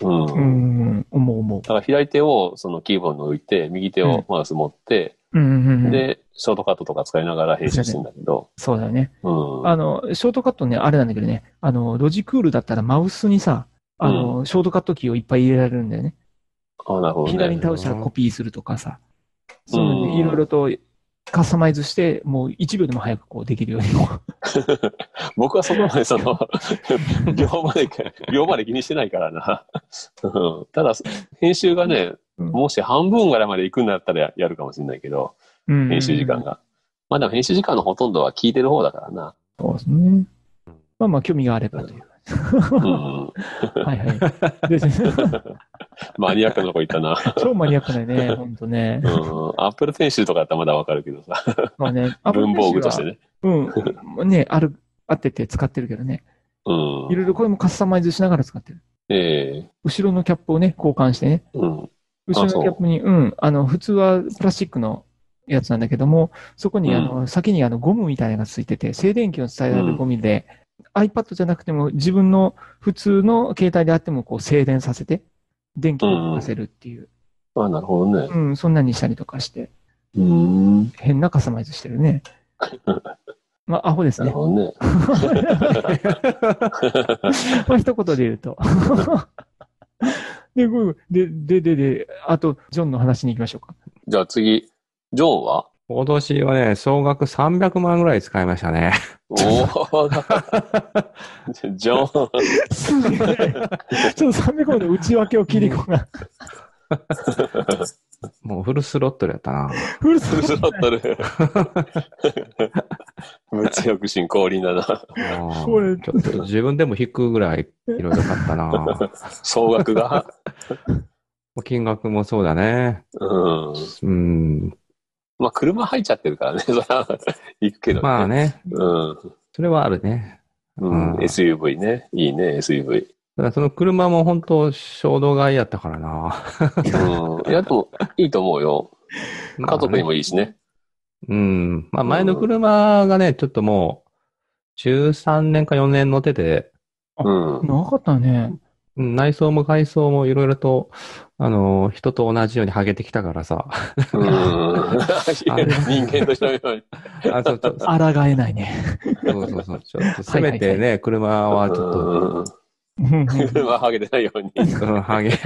[SPEAKER 2] うん。
[SPEAKER 3] う
[SPEAKER 2] だ
[SPEAKER 3] ん、思う思
[SPEAKER 2] から左手をそのキーボードに置いて、右手
[SPEAKER 3] うん
[SPEAKER 2] をマウス持って、
[SPEAKER 3] う。うんうんうん。
[SPEAKER 2] で、ショートカットとか使いながら編集してんだけど。
[SPEAKER 3] そうだよね。
[SPEAKER 2] うん。
[SPEAKER 3] あの、ショートカットね、あれなんだけどね、あの、ロジクールだったらマウスにさ、あの、ショートカットキーをいっぱい入れられるんだよね。
[SPEAKER 2] あ、なるほど
[SPEAKER 3] 左
[SPEAKER 2] ね
[SPEAKER 3] に。倒したらコピーするとかさ。そういうの
[SPEAKER 2] う
[SPEAKER 3] ね
[SPEAKER 2] ん
[SPEAKER 3] いろいろとカスタマイズして、もう1秒でも早くこうできるように。 <laughs>
[SPEAKER 2] 僕はそこまでそ <laughs> の、秒まで、秒まで気にしてないからな。うんただ、編集がね、
[SPEAKER 3] うん
[SPEAKER 2] もし半分ぐらいまで行くんだったらややるかもしれないけど、編
[SPEAKER 3] 編
[SPEAKER 2] 集時間が。まあでも編集時間のほとんどは聞いてる方だからな。
[SPEAKER 3] そうですね。まあまあ、興味があれ
[SPEAKER 2] <laughs>
[SPEAKER 3] ばという。
[SPEAKER 2] うん、
[SPEAKER 3] はいはい。で <laughs>
[SPEAKER 2] マニアックなとこ行ったな。
[SPEAKER 3] 超マニアックだよね、ほんとね
[SPEAKER 2] う。ん、アップル編集とかだったらまだわかるけどさ、
[SPEAKER 3] まあね、ア
[SPEAKER 2] 文房具としてね。
[SPEAKER 3] うん。ね、ある、あってて使ってるけどね。
[SPEAKER 2] う
[SPEAKER 3] い
[SPEAKER 2] ん。
[SPEAKER 3] ろいろこれもカスタマイズしながら使ってる。
[SPEAKER 2] ええ
[SPEAKER 3] 後ろのキャップをね、交換してね。
[SPEAKER 2] うん。
[SPEAKER 3] 後ろのキャップに、うん、あの、普通はプラスチックのやつなんだけども、そこに、あの、先にあの、ゴムみたいなのがついてて、静電気を伝えられるゴムで、iPad じゃなくても自分の普通の携帯であっても、こう、静電させて、電気を動かせるっていう、
[SPEAKER 2] あなるほどね。
[SPEAKER 3] うん、そんなにしたりとかして、
[SPEAKER 2] うん。
[SPEAKER 3] 変なカスタマイズしてるね。まあ、アホです
[SPEAKER 2] なる
[SPEAKER 3] ね。
[SPEAKER 2] ほどね。
[SPEAKER 3] <laughs> まあ、一言で言うと。で、ごめんで、で、で、で、あと、ジョンの話に行きましょうか。
[SPEAKER 2] じゃあ次、ジョン <laughs> は
[SPEAKER 4] 今年はね、総額300万ぐらい使いましたね。
[SPEAKER 2] お <laughs> ージョン。
[SPEAKER 3] すげえ。ちょっと300号の内訳を切り込が。
[SPEAKER 4] もうフルスロットルや <laughs> ったな。
[SPEAKER 3] フル
[SPEAKER 2] フルス
[SPEAKER 3] ス
[SPEAKER 2] ロ
[SPEAKER 3] ロ
[SPEAKER 2] ットル。物欲進降臨だな。
[SPEAKER 4] あー
[SPEAKER 3] これ
[SPEAKER 4] ちょっと自分でも引くぐらいいろいろ買ったな。も
[SPEAKER 2] 総額が。
[SPEAKER 4] う金額もそうだね。
[SPEAKER 2] うん。
[SPEAKER 4] うん。
[SPEAKER 2] まあ、車入っちゃってるからね、それは行くけどね。
[SPEAKER 4] まあね、
[SPEAKER 2] うん。
[SPEAKER 4] それはあるね。
[SPEAKER 2] うん。
[SPEAKER 4] うん
[SPEAKER 2] SUV ね。いいね、SUV。
[SPEAKER 4] ただその車も本当衝動買いやったか
[SPEAKER 3] <laughs>
[SPEAKER 4] らな。
[SPEAKER 2] うん。いや、でも、いいと思うよ。家族にもいいしね。
[SPEAKER 4] うん。まあ前の車がね、ちょっともう、13年か4年乗ってて、
[SPEAKER 3] あ
[SPEAKER 2] うん。
[SPEAKER 3] なかったね。
[SPEAKER 4] うん内装も外装もいろいろと、あの、人と同じようにハゲてきたからさ。 <laughs>
[SPEAKER 2] うん。人間としてのように。
[SPEAKER 4] あ、そう、ちょ
[SPEAKER 3] 抗えないね。
[SPEAKER 4] そうそうそう。ちょっとせめて
[SPEAKER 3] はいは
[SPEAKER 4] ね、車はちょっと、
[SPEAKER 3] うん
[SPEAKER 2] うん車はハゲてないように。
[SPEAKER 4] うん、ハゲを隠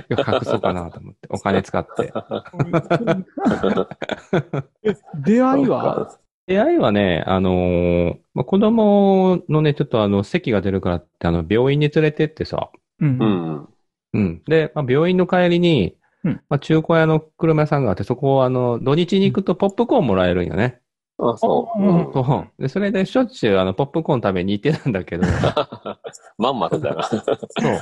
[SPEAKER 4] そうかなと思って、お金使って。
[SPEAKER 3] 出会いは
[SPEAKER 4] 出会いはね、あのーまあ、子供のね、ちょっとあの、咳が出るからって、あの、病院に連れてってさ、
[SPEAKER 3] う。
[SPEAKER 2] うんん。
[SPEAKER 4] うん。で、まあ、病院の帰りに、
[SPEAKER 3] うん
[SPEAKER 4] まあ、中古屋の車屋さんがあって、そこをあの、土日に行くとポップコーンもらえるんよね。
[SPEAKER 2] あ、そう。うん
[SPEAKER 4] そうで、それでしょっちゅうあの、ポップコーン食べに行ってたんだけど、
[SPEAKER 2] まんまとだな。
[SPEAKER 4] そ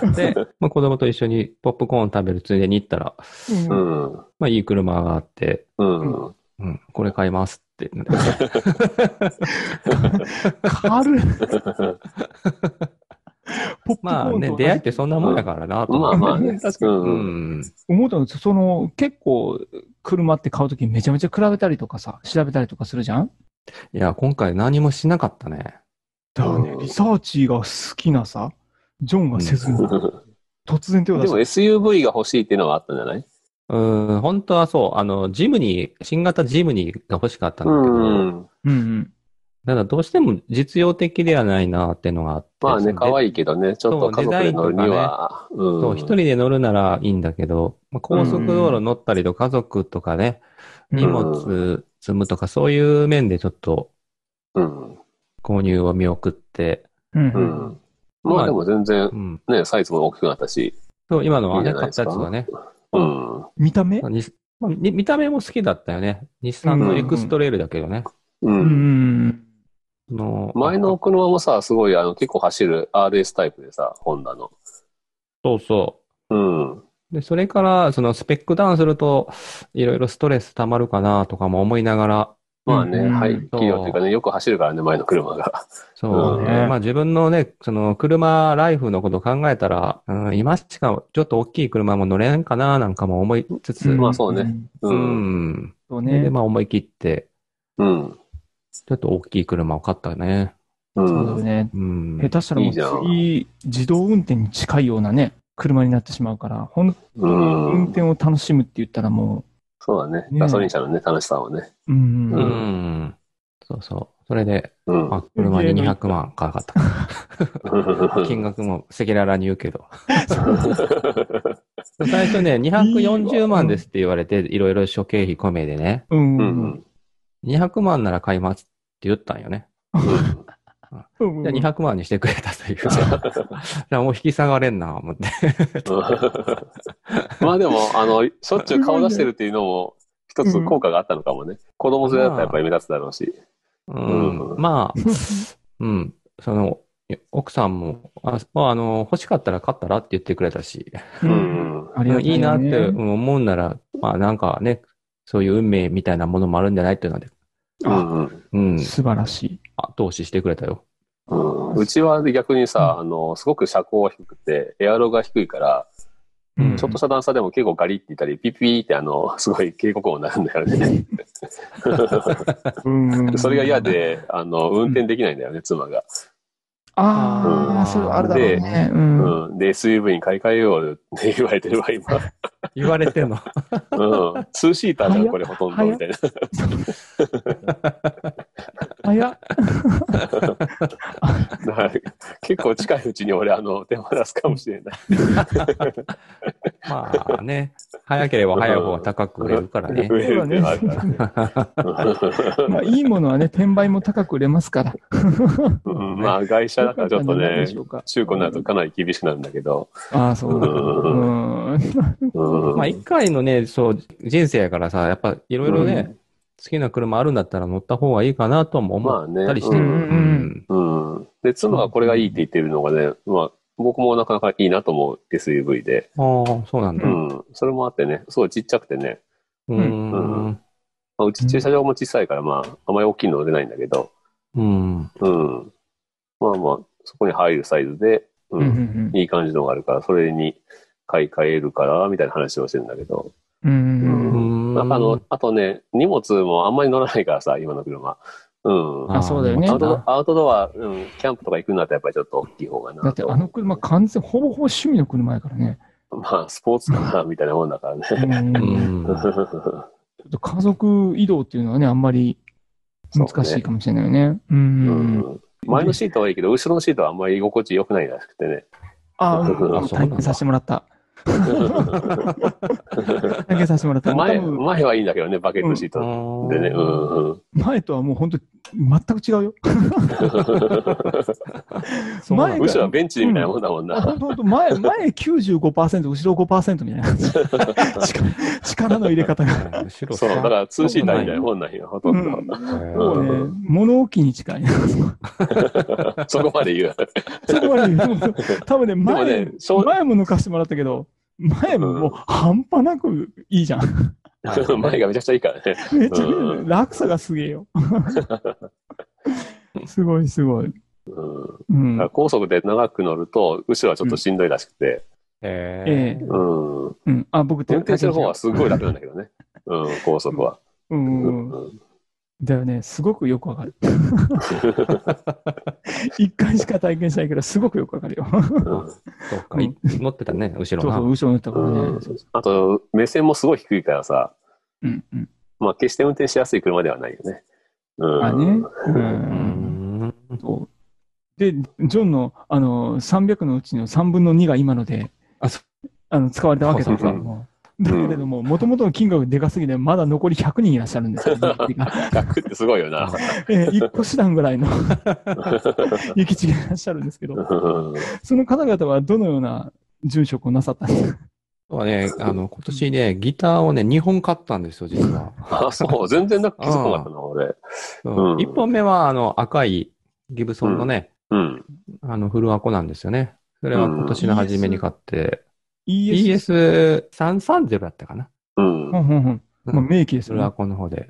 [SPEAKER 4] う。で、まあ、子供と一緒にポップコーン食べるついでに行ったら、
[SPEAKER 2] う
[SPEAKER 3] う
[SPEAKER 2] んん。
[SPEAKER 4] まあ、いい車があって、
[SPEAKER 2] うん。
[SPEAKER 4] うん、これ買いますって。
[SPEAKER 3] 軽い。ポップコ
[SPEAKER 4] <laughs> まあ
[SPEAKER 3] ーン
[SPEAKER 4] ね
[SPEAKER 3] <laughs> と、
[SPEAKER 4] 出会いってそんなもんやからなと思
[SPEAKER 2] ま
[SPEAKER 4] って。
[SPEAKER 2] あまあね。
[SPEAKER 3] 確か
[SPEAKER 2] う。
[SPEAKER 3] に
[SPEAKER 4] うんん。
[SPEAKER 3] 思ったんですその、結構、車って買うときめちゃめちゃ比べたりとかさ、調べたりとかするじゃん
[SPEAKER 4] いや、今回何もしなかったね。
[SPEAKER 3] だからね
[SPEAKER 2] うん
[SPEAKER 3] リサーチが好きなさ、ジョンがせずに、突然手を出
[SPEAKER 2] ですも。SUV が欲しいっていうのはあったんじゃないう
[SPEAKER 4] ーん、本当はそう、あの、ジムニー、新型ジムニーが欲しかったんだけど、
[SPEAKER 2] うん。
[SPEAKER 3] うんうん。
[SPEAKER 4] ただどうしても実用的ではないなっていうのがあって。
[SPEAKER 2] まあね、可
[SPEAKER 4] い
[SPEAKER 2] 愛いけどね、ちょっと家族で乗るには。
[SPEAKER 4] そう、
[SPEAKER 2] うん。
[SPEAKER 4] 一人で乗るならいいんだけど、まあ、高速道路乗ったりと家族とかね、荷物積むとかそういう面でちょっと
[SPEAKER 2] うん。
[SPEAKER 4] 購入を見送って、
[SPEAKER 3] うん。
[SPEAKER 2] う
[SPEAKER 3] うん
[SPEAKER 2] ん。まあでも全然
[SPEAKER 4] う、ん。
[SPEAKER 2] ね、サイズも大きくなったし。
[SPEAKER 4] そう、今の
[SPEAKER 2] いいんじ
[SPEAKER 4] はね、
[SPEAKER 2] ゃない
[SPEAKER 4] 買っ
[SPEAKER 2] です
[SPEAKER 4] たや
[SPEAKER 2] か
[SPEAKER 4] つはね、
[SPEAKER 2] うん。
[SPEAKER 3] 見た目
[SPEAKER 4] まあにまあに見た目も好きだったよね。日産のエクストレイルだけどね。
[SPEAKER 2] う。
[SPEAKER 3] うんん。
[SPEAKER 4] その
[SPEAKER 2] 前の車もさ、すごい、あの、結構走る RS タイプでさ、ホンダの。
[SPEAKER 4] そうそう。
[SPEAKER 2] うん。
[SPEAKER 4] で、それから、そのスペックダウンすると、いろいろストレス溜まるかなとかも思いながら、
[SPEAKER 2] まあね、
[SPEAKER 3] うん
[SPEAKER 2] 排気量っていうかね、よく走るからね、前の車が。
[SPEAKER 4] そう、
[SPEAKER 3] そうね
[SPEAKER 4] まあ自分のね、その車ライフのことを考えたら、うん、今しかちょっと大きい車も乗れんかななんかも思いつつ、
[SPEAKER 2] まあそうね。
[SPEAKER 4] う
[SPEAKER 2] うん。
[SPEAKER 4] ん。
[SPEAKER 3] そう
[SPEAKER 4] で、
[SPEAKER 3] ね。
[SPEAKER 4] まあ思い切って、
[SPEAKER 2] うん。
[SPEAKER 4] ちょっと大きい車を買ったね。
[SPEAKER 2] う
[SPEAKER 3] そうだよ
[SPEAKER 2] ん。
[SPEAKER 3] ね。
[SPEAKER 4] うん。
[SPEAKER 3] 下手したらも
[SPEAKER 2] いいじゃ
[SPEAKER 3] うん次、自動運転に近いようなね、車になってしまうから、本
[SPEAKER 2] う
[SPEAKER 3] 当に運
[SPEAKER 2] ん。
[SPEAKER 3] 転を楽しむって言ったらも
[SPEAKER 2] そうだね。
[SPEAKER 3] ね
[SPEAKER 2] ガソリン車のね、楽しさをね。
[SPEAKER 3] う、うん。
[SPEAKER 4] う。
[SPEAKER 2] うん
[SPEAKER 4] そうそう。それで、
[SPEAKER 2] うん
[SPEAKER 4] ま。あ、車に200万かかった。金額も赤裸々に言う
[SPEAKER 3] <laughs>
[SPEAKER 4] けど。最初ね、240万ですって言われて、いろいろ諸経費込めでね、
[SPEAKER 3] うん。
[SPEAKER 2] う。
[SPEAKER 3] うんん。
[SPEAKER 4] 200万なら買いますって言ったんよね。
[SPEAKER 3] うん
[SPEAKER 4] じゃあ200万にしてくれたと
[SPEAKER 3] <laughs>
[SPEAKER 4] いう。じゃあもう引き下がれんな、思って。
[SPEAKER 2] うん <laughs> まあでも、あの、しょっちゅう顔出してるっていうのも、一つ効果があったのかもね。子供連れだったらやっぱり目立つだろうし。
[SPEAKER 4] うん
[SPEAKER 2] う。ん
[SPEAKER 3] <laughs>
[SPEAKER 4] まあ、うん。その、奥さんも、あ、まあ、あの、欲しかったら買ったらって言ってくれたし、
[SPEAKER 2] う
[SPEAKER 3] うん。
[SPEAKER 2] ん。
[SPEAKER 3] ありがたい
[SPEAKER 4] い
[SPEAKER 3] よね
[SPEAKER 4] いなってうん思うんなら、まあなんかね、そういう運命みたいなものもあるんじゃないっていうので、
[SPEAKER 2] うん
[SPEAKER 4] うん。
[SPEAKER 3] 素晴らしい。
[SPEAKER 4] 後押ししてくれたよ。
[SPEAKER 2] うんうちは逆にさ、あの、すごく車高は低くて、エアロが低いから、
[SPEAKER 4] うん
[SPEAKER 2] ちょっとした段差でも結構ガリって言ったり、ピッピーってあの、すごい警告音になるんだよね。
[SPEAKER 3] うん
[SPEAKER 2] <laughs> それが嫌。で、あの、運転できないんだよね、妻が。
[SPEAKER 3] ああ、それはあれだろうね。うん。
[SPEAKER 2] うん。で、SUV に買い替えようって言われてるわ、今。
[SPEAKER 4] 言われても。
[SPEAKER 2] うん。ツーシーターじゃん、これほとんど、みたいな。
[SPEAKER 3] あ、いや、
[SPEAKER 2] だから結構近いうちに俺、あの、手放すかもしれない。
[SPEAKER 4] まあね、早ければ早い方が高く売れるからね。
[SPEAKER 2] 増えるっていうのはあるからね。
[SPEAKER 3] まあ、いいものはね、転売も高く売れますから。
[SPEAKER 2] うんまあ、外車だからちょっとね、中古になると
[SPEAKER 3] と。
[SPEAKER 2] かなり厳しくなるんだけど。
[SPEAKER 3] ああ、そう
[SPEAKER 2] う
[SPEAKER 3] だ。
[SPEAKER 2] ん。
[SPEAKER 3] うん。
[SPEAKER 2] うん
[SPEAKER 4] まあ一回のね、そう、人生やからさ、やっぱいろいろね、
[SPEAKER 2] う
[SPEAKER 4] 好きな車あるんだったら乗った方がいいかなとも思
[SPEAKER 2] ま
[SPEAKER 4] っ
[SPEAKER 2] あね。
[SPEAKER 4] たりしてる。
[SPEAKER 3] まあね
[SPEAKER 4] うん
[SPEAKER 2] うん。で、妻がこれがいいって言ってるのがね、まあ、僕もなかなかいいなと思う SUV で。
[SPEAKER 4] ああ、そうなんだ。
[SPEAKER 2] うん。それもあってね、すごいちっちゃくてね、
[SPEAKER 4] う
[SPEAKER 3] うん
[SPEAKER 4] ん。
[SPEAKER 2] まあ、うち駐車場も小さいから、まあ、あまり大きいのは出ないんだけど、
[SPEAKER 4] うん。
[SPEAKER 2] うん。まあまあ、そこに入るサイズで、うん。
[SPEAKER 3] うんうん
[SPEAKER 2] いい感じのがあるから、それに買い替えるから、みたいな話をしてるんだけど。
[SPEAKER 3] うんうんうん
[SPEAKER 4] うん
[SPEAKER 2] まああの、あとね、荷物もあんまり乗らないからさ、今の車。うん。
[SPEAKER 3] あそうだよね
[SPEAKER 2] アウト
[SPEAKER 4] あ
[SPEAKER 2] ドアアウトドア、うん、キャンプとか行くんだったらやっぱりちょっと大きい方がなと。
[SPEAKER 3] だってあの車完全、ほぼほぼ趣味の車やからね。
[SPEAKER 2] まあ、スポーツかな、みたいなもんだから
[SPEAKER 3] う
[SPEAKER 2] ね。
[SPEAKER 3] ん
[SPEAKER 4] う
[SPEAKER 3] ち
[SPEAKER 4] ん。
[SPEAKER 3] ょっと家族移動っていうのはね、あんまり難しいかもしれないよね。う。
[SPEAKER 2] うんん。前のシートはいいけど、後ろのシートはあんまり居心地良くないらしくてね。
[SPEAKER 3] ああ、うん
[SPEAKER 4] あそうな
[SPEAKER 3] 体
[SPEAKER 4] んだ
[SPEAKER 3] 験させてもらった。体験させてもらった。
[SPEAKER 2] 前、
[SPEAKER 3] 多分
[SPEAKER 2] 前はいいんだけどね、バケットシートでね。うん、うん。
[SPEAKER 3] 前とはもう本当全く違うよ。
[SPEAKER 4] そうなんだ
[SPEAKER 3] 前
[SPEAKER 2] 後ろはベンチみたいなもんだもんな。
[SPEAKER 3] 本当本当前、前95%、後ろ5%みたいな
[SPEAKER 2] <laughs>
[SPEAKER 3] 感じ力力の入れ方が。
[SPEAKER 4] 後ろ
[SPEAKER 2] そう、だからツーシーターみたいなもんなんよ、ほとんど。
[SPEAKER 3] もうね、物置に近い。 <laughs>
[SPEAKER 2] そこまで言う。
[SPEAKER 3] そこま
[SPEAKER 2] <laughs>
[SPEAKER 3] で言うと多分ね、
[SPEAKER 2] でも
[SPEAKER 3] 前
[SPEAKER 2] ね、、そう、
[SPEAKER 3] 前も抜かしてもらったけど、前ももう半端なくいいじゃん。
[SPEAKER 2] <laughs> 前がめちゃくちゃいいからね。
[SPEAKER 3] めっちゃいいよね
[SPEAKER 2] う
[SPEAKER 3] 落差がすげえ
[SPEAKER 2] <laughs>
[SPEAKER 3] よ。すごいすごい。
[SPEAKER 2] うん。
[SPEAKER 3] うん
[SPEAKER 2] だから高速で長く乗ると、後ろはちょっとしんどいらしくて、
[SPEAKER 4] え
[SPEAKER 3] ええ
[SPEAKER 2] うん。運
[SPEAKER 3] うん。あ、僕って
[SPEAKER 2] 転する方はすごい楽なんだけどね。うん、高速は。
[SPEAKER 3] うん
[SPEAKER 2] う
[SPEAKER 3] うんうん。
[SPEAKER 2] ん。
[SPEAKER 3] だよね、すごくよくわ <laughs> かる。一回しか体験しないけど、すごくよくわかるよ。
[SPEAKER 4] そうか、い乗ってたね、後
[SPEAKER 3] そうそう、後
[SPEAKER 4] ろ
[SPEAKER 3] ろに乗ったからね。
[SPEAKER 2] うん
[SPEAKER 3] そうそ
[SPEAKER 2] あと、目線もすごい低いからさ、
[SPEAKER 3] ううんうん。
[SPEAKER 2] まあ、決して運転しやすい車ではないよね。うん。
[SPEAKER 3] あね。う。
[SPEAKER 4] な。うんん。
[SPEAKER 3] そうで、ジョンの、あの、300のうちの3分の2が今ので、
[SPEAKER 4] あそ
[SPEAKER 3] あの、使われたわけだけ
[SPEAKER 2] そう
[SPEAKER 3] ど
[SPEAKER 2] そうそう
[SPEAKER 3] も。だけれども、もともとの金額でかすぎて、まだ残り100人いらっしゃるんです <laughs> よ、っていうか
[SPEAKER 2] 楽ってすごいよな。
[SPEAKER 3] えー一個手段ぐ <laughs> らいの行き違いいらっしゃるんですけど、
[SPEAKER 2] うん
[SPEAKER 3] その方々はどのような住職をなさったんですか
[SPEAKER 4] はね、あの、今年ね、ギターをね、2本買ったんですよ、実は。
[SPEAKER 2] あ、そう、全然なんか気づかなかったな、俺。うん
[SPEAKER 4] 1本目は、あの、赤いギブソンのね、
[SPEAKER 2] うん。
[SPEAKER 4] あの、フルアコなんですよね。それは今年の初めに買って、
[SPEAKER 3] ?ES。
[SPEAKER 4] ES330 だったかな。
[SPEAKER 2] う
[SPEAKER 3] う
[SPEAKER 2] ん。
[SPEAKER 3] んうんうん。まあ、名機です
[SPEAKER 4] フ
[SPEAKER 3] よ
[SPEAKER 4] ルア
[SPEAKER 3] ね。
[SPEAKER 4] コの方で。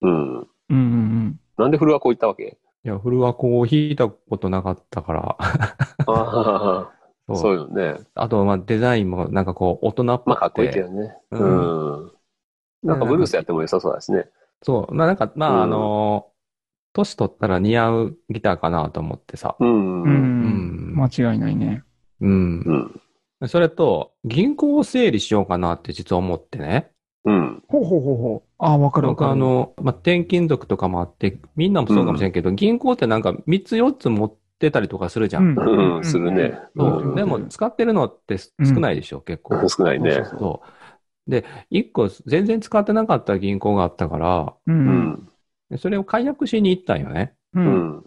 [SPEAKER 2] うん。
[SPEAKER 3] うんうん
[SPEAKER 2] なんでフルアコ行ったわけ
[SPEAKER 4] いや、フルアコを弾いたことなかったから。
[SPEAKER 2] ああ、
[SPEAKER 4] そ
[SPEAKER 2] そううよね。
[SPEAKER 4] あと、まあ、デザインもなんかこう、大人っぽくて。
[SPEAKER 2] まあ、かっこいいけどね。
[SPEAKER 4] う。
[SPEAKER 2] うんん。なんかブルースやっても良さそうだしね。
[SPEAKER 4] そう。まあ、なんか、ま
[SPEAKER 2] うん
[SPEAKER 4] あ、あのー、年取ったら似合うギターかなと思ってさ。
[SPEAKER 2] う。
[SPEAKER 3] うんん。う
[SPEAKER 2] うん。
[SPEAKER 3] ん。間違いないね。
[SPEAKER 4] うん。
[SPEAKER 2] うん。
[SPEAKER 4] それと、銀行を整理しようかなって実は思ってね。
[SPEAKER 2] うん。
[SPEAKER 3] ほうほうほうほう。ああ、わかるわ
[SPEAKER 4] 僕
[SPEAKER 3] か
[SPEAKER 4] あ
[SPEAKER 3] る。
[SPEAKER 4] の、まあ、転勤族とかもあって、みんなもそうかもしれんけど、銀行ってなんか3つ4つ持ってたりとかするじゃん。
[SPEAKER 3] うん
[SPEAKER 2] うん。するね。
[SPEAKER 4] そう
[SPEAKER 2] うん
[SPEAKER 4] でも、使ってるのってす
[SPEAKER 3] うん
[SPEAKER 4] 少ないでしょ、結構。
[SPEAKER 2] 少ないね
[SPEAKER 4] そうそうそう。で、1個全然使ってなかった銀行があったから、
[SPEAKER 3] う。
[SPEAKER 2] うんん。
[SPEAKER 4] でそれを解約しに行ったんよね。
[SPEAKER 3] う。
[SPEAKER 2] うんん。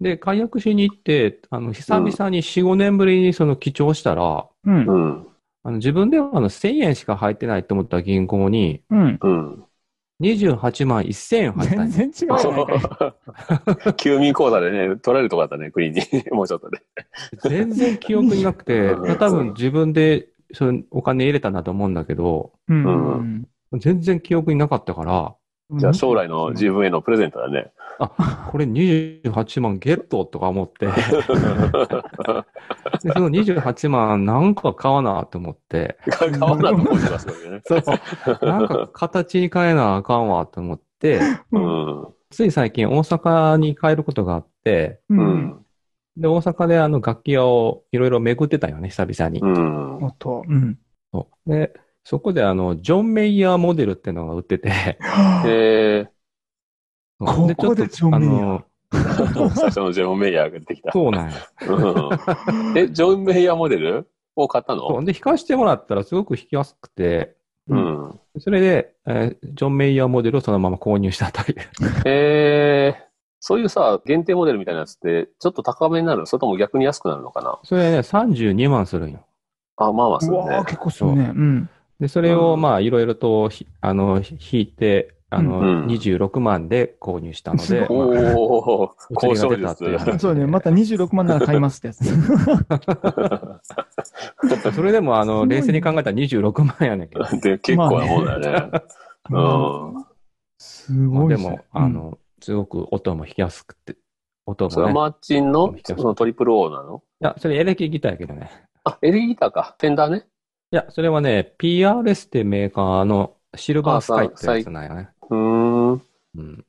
[SPEAKER 4] で、解約しに行って、あの、久々に4、5年ぶりにその記帳したら、
[SPEAKER 3] うん
[SPEAKER 2] う。ん。
[SPEAKER 4] あの、自分ではあの、1000円しか入ってないと思った銀行に、
[SPEAKER 3] うん。
[SPEAKER 2] うん。
[SPEAKER 4] 28万1000円入ったんよ
[SPEAKER 3] 全然違うじゃないかい。
[SPEAKER 2] <laughs> 休眠講座でね、取られるとこだったね、国に。 <laughs> もうちょっとね。
[SPEAKER 4] 全然記憶になく <laughs> て、
[SPEAKER 2] うん
[SPEAKER 4] 多分自分でそのお金入れたなと思うんだけど、
[SPEAKER 3] うん
[SPEAKER 2] う
[SPEAKER 4] 全然記憶になかったから、
[SPEAKER 3] うん。
[SPEAKER 2] じゃあ将来の自分へのプレゼントだね。
[SPEAKER 4] これ28万ゲットとか思 <laughs> って、でその28万なんか買わなと思って、
[SPEAKER 2] 買わなと思ってますよね。
[SPEAKER 4] そう、なんか形に変えなあかんわと思って、
[SPEAKER 2] う
[SPEAKER 3] うん
[SPEAKER 2] ん。
[SPEAKER 4] つい最近大阪に帰ることがあって、
[SPEAKER 3] う。
[SPEAKER 2] うんん。
[SPEAKER 4] で、大阪であの楽器屋をいろいろ巡ってたよね、久々に
[SPEAKER 2] う。ん。
[SPEAKER 3] おっと。うん。
[SPEAKER 4] そうで、そこであの、ジョン・メイヤーモデルってのが売ってて、
[SPEAKER 2] え
[SPEAKER 3] ここでジョンメイヤー
[SPEAKER 4] あの
[SPEAKER 2] ー、最初のジョン・メイヤーが出てきた。
[SPEAKER 4] そうなんや。
[SPEAKER 2] うんえ、ジョン・メイヤーモデルを買った
[SPEAKER 4] そ
[SPEAKER 2] の
[SPEAKER 4] うで、弾かしてもらったらすごく弾きやすくて、
[SPEAKER 2] うん。
[SPEAKER 4] それで、えージョン・メイヤーモデルをそのまま購入したという。
[SPEAKER 2] えー、そういうさ、限定モデルみたいなやつって、ちょっと高めになるそれとも逆に安くなるのかな
[SPEAKER 4] それね、32万するんよ。
[SPEAKER 2] あ、まあまあす
[SPEAKER 3] う
[SPEAKER 2] る
[SPEAKER 3] わ
[SPEAKER 2] ね
[SPEAKER 3] あ、。結構するね。うん。
[SPEAKER 4] で、それ
[SPEAKER 2] う
[SPEAKER 4] を、
[SPEAKER 2] ん
[SPEAKER 4] まあ、いろいろとひ、あの、ひ弾いて、あの、
[SPEAKER 2] うん
[SPEAKER 4] 26万で購入したの
[SPEAKER 3] す
[SPEAKER 4] で、
[SPEAKER 3] ご
[SPEAKER 4] まあ
[SPEAKER 2] おお交渉術。
[SPEAKER 4] お釣りが出たっていう
[SPEAKER 3] そうね。また26万なら買いますってやつ。
[SPEAKER 4] それでも、あの、
[SPEAKER 3] すごいね
[SPEAKER 4] 冷静に考えたら26万やねんけど。
[SPEAKER 3] <laughs>
[SPEAKER 2] で、結構なもんだね。
[SPEAKER 3] うんす
[SPEAKER 4] まあ
[SPEAKER 3] ごい
[SPEAKER 4] です
[SPEAKER 3] ね
[SPEAKER 4] も、あ、の、すごく音も弾きやすくて、音
[SPEAKER 2] それ
[SPEAKER 4] も
[SPEAKER 2] は
[SPEAKER 4] ね。
[SPEAKER 2] マーチンの
[SPEAKER 4] ね、
[SPEAKER 2] そのトリプル O なの
[SPEAKER 4] いや、それエレキギターやけどね。
[SPEAKER 2] あ、エレキギターか。フェンダーね。
[SPEAKER 4] いや、それはね、PRS ってメーカーのシルバースカイってやつなんやね。
[SPEAKER 2] うーん。
[SPEAKER 4] うん。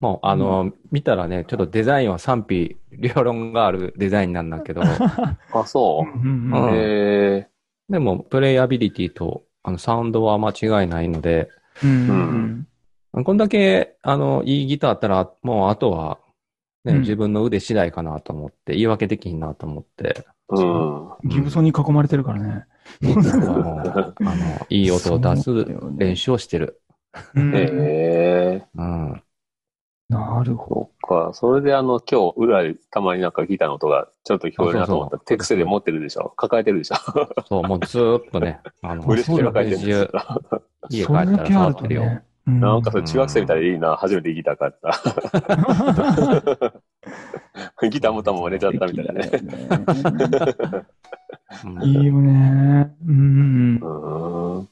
[SPEAKER 4] もう、あの、見たらね、ちょっとデザインは賛否両論があるデザインなんだけど、
[SPEAKER 2] あ、そうう。
[SPEAKER 3] んうんうん
[SPEAKER 4] うん
[SPEAKER 2] へえ。
[SPEAKER 4] でも、プレイアビリティと、あの、サウンドは間違いないので、
[SPEAKER 3] うんう
[SPEAKER 2] うん
[SPEAKER 4] こんだけ、あの、いいギターあったら、もう、あとは、ね、
[SPEAKER 3] うん
[SPEAKER 4] 自分の腕次第かなと思って、言い訳できひんなと思って、
[SPEAKER 2] うん。
[SPEAKER 3] ギブソンに囲まれてるからね。
[SPEAKER 4] あの、あのいい音を出す練習をしてる。
[SPEAKER 3] うん
[SPEAKER 2] へえ。
[SPEAKER 4] うん。
[SPEAKER 3] なるほ
[SPEAKER 2] そっか。それであの、今日、裏でたまになんかギターの音がちょっと聞こえるなと思ったら、
[SPEAKER 4] そうそうそう
[SPEAKER 2] 手癖で持ってるでしょ抱えてるでしょ
[SPEAKER 4] そう、もうずーっ
[SPEAKER 2] <laughs>
[SPEAKER 4] とね、あの、
[SPEAKER 2] 嬉し
[SPEAKER 3] そ
[SPEAKER 2] く
[SPEAKER 3] うだ
[SPEAKER 2] 抱えてるんです
[SPEAKER 4] 家
[SPEAKER 2] よ。
[SPEAKER 3] ど。そ
[SPEAKER 4] 帰っ
[SPEAKER 3] れ
[SPEAKER 4] た
[SPEAKER 3] だ
[SPEAKER 4] ら
[SPEAKER 3] けあ
[SPEAKER 4] 触
[SPEAKER 3] る
[SPEAKER 4] っ
[SPEAKER 3] と
[SPEAKER 4] てるよ。
[SPEAKER 3] ね。うん
[SPEAKER 2] なんかそれ中学生みたいでいいな。初めてギター買った。ギター <laughs> もたも割れちゃったみたいなね。
[SPEAKER 4] うん
[SPEAKER 3] いいよね。うんうん
[SPEAKER 2] うーん。
[SPEAKER 3] うん。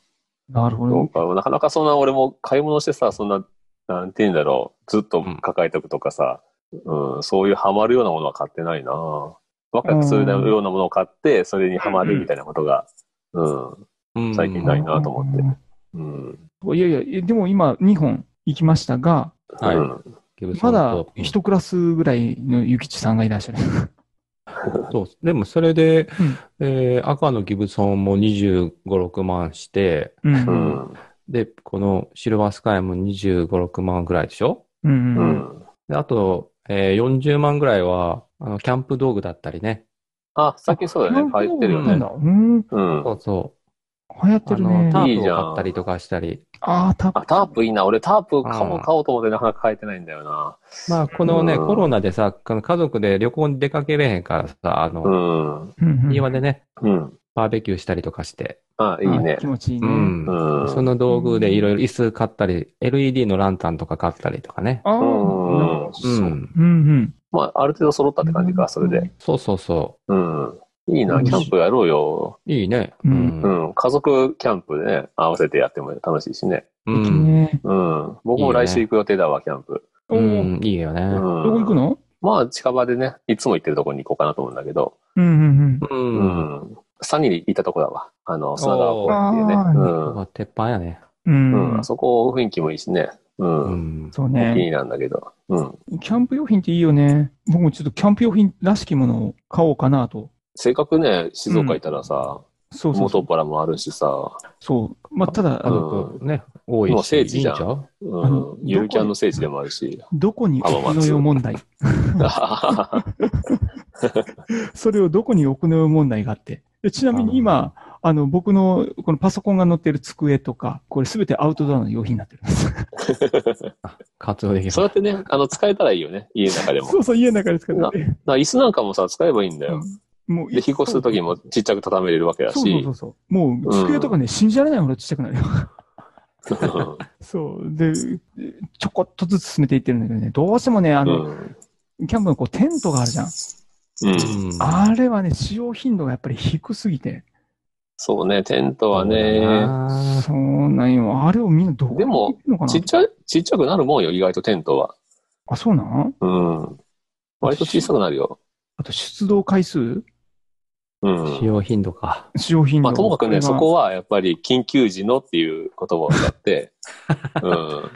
[SPEAKER 3] なるほ
[SPEAKER 2] そう
[SPEAKER 3] ど。
[SPEAKER 2] か。なかなかそんな俺も買い物してさ、そんな、なんて言うんだろう。ずっと抱えとくとかさ、うん、そういうハマるようなものは買ってないな。ワクワクするようなものを買って、それにハマるみたいなことが、うん、
[SPEAKER 4] うん
[SPEAKER 2] 最近ないなと思って。うん。
[SPEAKER 3] いやいやえ、でも今2本行きましたが、
[SPEAKER 4] はい
[SPEAKER 2] うん
[SPEAKER 4] ギブソ
[SPEAKER 3] ま
[SPEAKER 4] ン
[SPEAKER 3] だ
[SPEAKER 4] と
[SPEAKER 3] 一クラスぐらいのゆきちさんがいらっしゃる。
[SPEAKER 4] そう。でもそれで、えー赤のギブソンも25、6万して、
[SPEAKER 2] う
[SPEAKER 3] う。
[SPEAKER 2] んん。
[SPEAKER 4] で、このシルバースカイも25、6万ぐらいでしょ
[SPEAKER 3] うん
[SPEAKER 2] う
[SPEAKER 3] うん。
[SPEAKER 2] ん。
[SPEAKER 4] で、あと、えー40万ぐらいは、あの、キャンプ道具だったりね。
[SPEAKER 2] あ、最近そうだよね。入ってるよ
[SPEAKER 3] な
[SPEAKER 2] ね。
[SPEAKER 3] んだうん。流
[SPEAKER 2] うん
[SPEAKER 4] そ。うそ
[SPEAKER 3] 行っ
[SPEAKER 4] う。
[SPEAKER 3] て
[SPEAKER 4] あ
[SPEAKER 3] る
[SPEAKER 4] の、
[SPEAKER 3] ね
[SPEAKER 4] タ。
[SPEAKER 2] い
[SPEAKER 4] ー
[SPEAKER 2] い
[SPEAKER 4] プ
[SPEAKER 2] じゃん
[SPEAKER 4] を買ったりとかしたり。
[SPEAKER 3] ああ、タッ
[SPEAKER 2] あ、タープいいな。俺タープ買お
[SPEAKER 4] う
[SPEAKER 2] うん買おうと思ってなかなか買えてないんだよな。
[SPEAKER 4] まあ、このね、
[SPEAKER 2] うん
[SPEAKER 4] コロナでさ、この家族で旅行に出かけれへんからさ、あ
[SPEAKER 2] う
[SPEAKER 4] の、
[SPEAKER 2] ん。
[SPEAKER 3] プ
[SPEAKER 4] 庭でね、
[SPEAKER 2] うん。
[SPEAKER 4] バーベキューしたりとかして。
[SPEAKER 2] あ、いいね
[SPEAKER 3] 気。持ちいいうね。
[SPEAKER 4] ん
[SPEAKER 2] う。ん。
[SPEAKER 4] その道具でいろいろ椅子買ったり、LED のランタンとか買ったりとかね。
[SPEAKER 3] ああ、
[SPEAKER 2] うん
[SPEAKER 4] う。
[SPEAKER 3] うんん。
[SPEAKER 2] まあ、ある程度揃ったって感じか、それで。。
[SPEAKER 4] そうそうそ
[SPEAKER 2] うん。いいな、キャンプやろうよ。
[SPEAKER 4] う。いいね。。
[SPEAKER 3] う
[SPEAKER 2] うんん。家族キャンプでね、合わせてやっても楽しいしね。
[SPEAKER 4] う
[SPEAKER 3] いい
[SPEAKER 4] ん。
[SPEAKER 3] ね。
[SPEAKER 2] うん。僕
[SPEAKER 4] いい
[SPEAKER 2] も
[SPEAKER 4] よね
[SPEAKER 2] 来週行く予定だわ、キャンプ。
[SPEAKER 3] おお。
[SPEAKER 4] うんいいよね。
[SPEAKER 2] うん
[SPEAKER 3] どこ行くの
[SPEAKER 2] まあ、近場でね、いつも行ってるとこに行こうかなと思うんだけど。
[SPEAKER 3] うんうん
[SPEAKER 4] う。
[SPEAKER 2] うんん。サニーに行ったとこだわ。あの、砂川公園っていう
[SPEAKER 3] あ
[SPEAKER 2] ね。
[SPEAKER 3] ー
[SPEAKER 2] うん。
[SPEAKER 4] 鉄板やね。
[SPEAKER 3] うん。
[SPEAKER 2] うん、
[SPEAKER 3] う
[SPEAKER 2] あ
[SPEAKER 3] ん。
[SPEAKER 2] そこ雰囲気もいいしね。うん。
[SPEAKER 4] うん。
[SPEAKER 3] そう
[SPEAKER 2] お気に入
[SPEAKER 3] ね。
[SPEAKER 2] りなんだけど。うん。
[SPEAKER 3] キャンプ用品っていいよね。僕もちょっとキャンプ用品らしきものを買おうかなと。
[SPEAKER 2] せっかくね、静岡行ったらさ、
[SPEAKER 3] そうそうそ
[SPEAKER 2] 元
[SPEAKER 3] う。
[SPEAKER 2] っ腹もあるしさ、
[SPEAKER 3] そう。まあ、ただ、
[SPEAKER 4] 家
[SPEAKER 3] あの、
[SPEAKER 4] 族ね、多いし。
[SPEAKER 2] もう聖地じゃん
[SPEAKER 4] いいんち
[SPEAKER 2] う
[SPEAKER 3] あの
[SPEAKER 2] ん。ゆるキャンの聖地でもあるし。
[SPEAKER 3] どこに置くのよ問題。それをどこに置くのよ問題があって。でちなみに今、あの、僕の、このパソコンが載ってる机とか、これすべてアウトドアの用品になってるんです。
[SPEAKER 4] 活動でき
[SPEAKER 2] <laughs>
[SPEAKER 4] る。
[SPEAKER 2] そうやってね、あの、使えたらいいよね。家の中でも。
[SPEAKER 3] そうそう、家の中で使ってて。
[SPEAKER 2] な椅子なんかもさ、使えばいいんだよ。
[SPEAKER 3] もう
[SPEAKER 2] で、引っ越すときもちっちゃく畳めれるわけだ
[SPEAKER 3] そうそう
[SPEAKER 2] し
[SPEAKER 3] そう。そうもう、机とかね、信じられないほどちっちゃくなるよ。
[SPEAKER 2] うん
[SPEAKER 3] そう。で、ちょこっとずつ進めていってるんだけどね、どうしてもね、あ
[SPEAKER 2] う
[SPEAKER 3] の、
[SPEAKER 2] ん。
[SPEAKER 3] キャンプのこう、テントがあるじゃん。
[SPEAKER 2] うん。
[SPEAKER 4] うん
[SPEAKER 3] あれはね、使用頻度がやっぱり低すぎて。
[SPEAKER 2] そうね、テントは
[SPEAKER 4] そうだ
[SPEAKER 2] ね、
[SPEAKER 4] な
[SPEAKER 3] そうなんよ。あれをみんなどこに
[SPEAKER 2] でも
[SPEAKER 3] 置くのかな
[SPEAKER 2] ちっちゃい、ちっちゃくなるもんよ、意外とテントは。
[SPEAKER 3] あ、そうなん
[SPEAKER 2] うん。割と小さくなるよ。
[SPEAKER 3] あと、出動回数
[SPEAKER 2] う
[SPEAKER 4] 使
[SPEAKER 2] ん。
[SPEAKER 4] 用頻度か。
[SPEAKER 3] 使用頻度。
[SPEAKER 2] まあ、ともかくね、
[SPEAKER 3] れが
[SPEAKER 2] そこはやっぱり緊急時のっていう言葉を使
[SPEAKER 3] <laughs>
[SPEAKER 2] って、うん。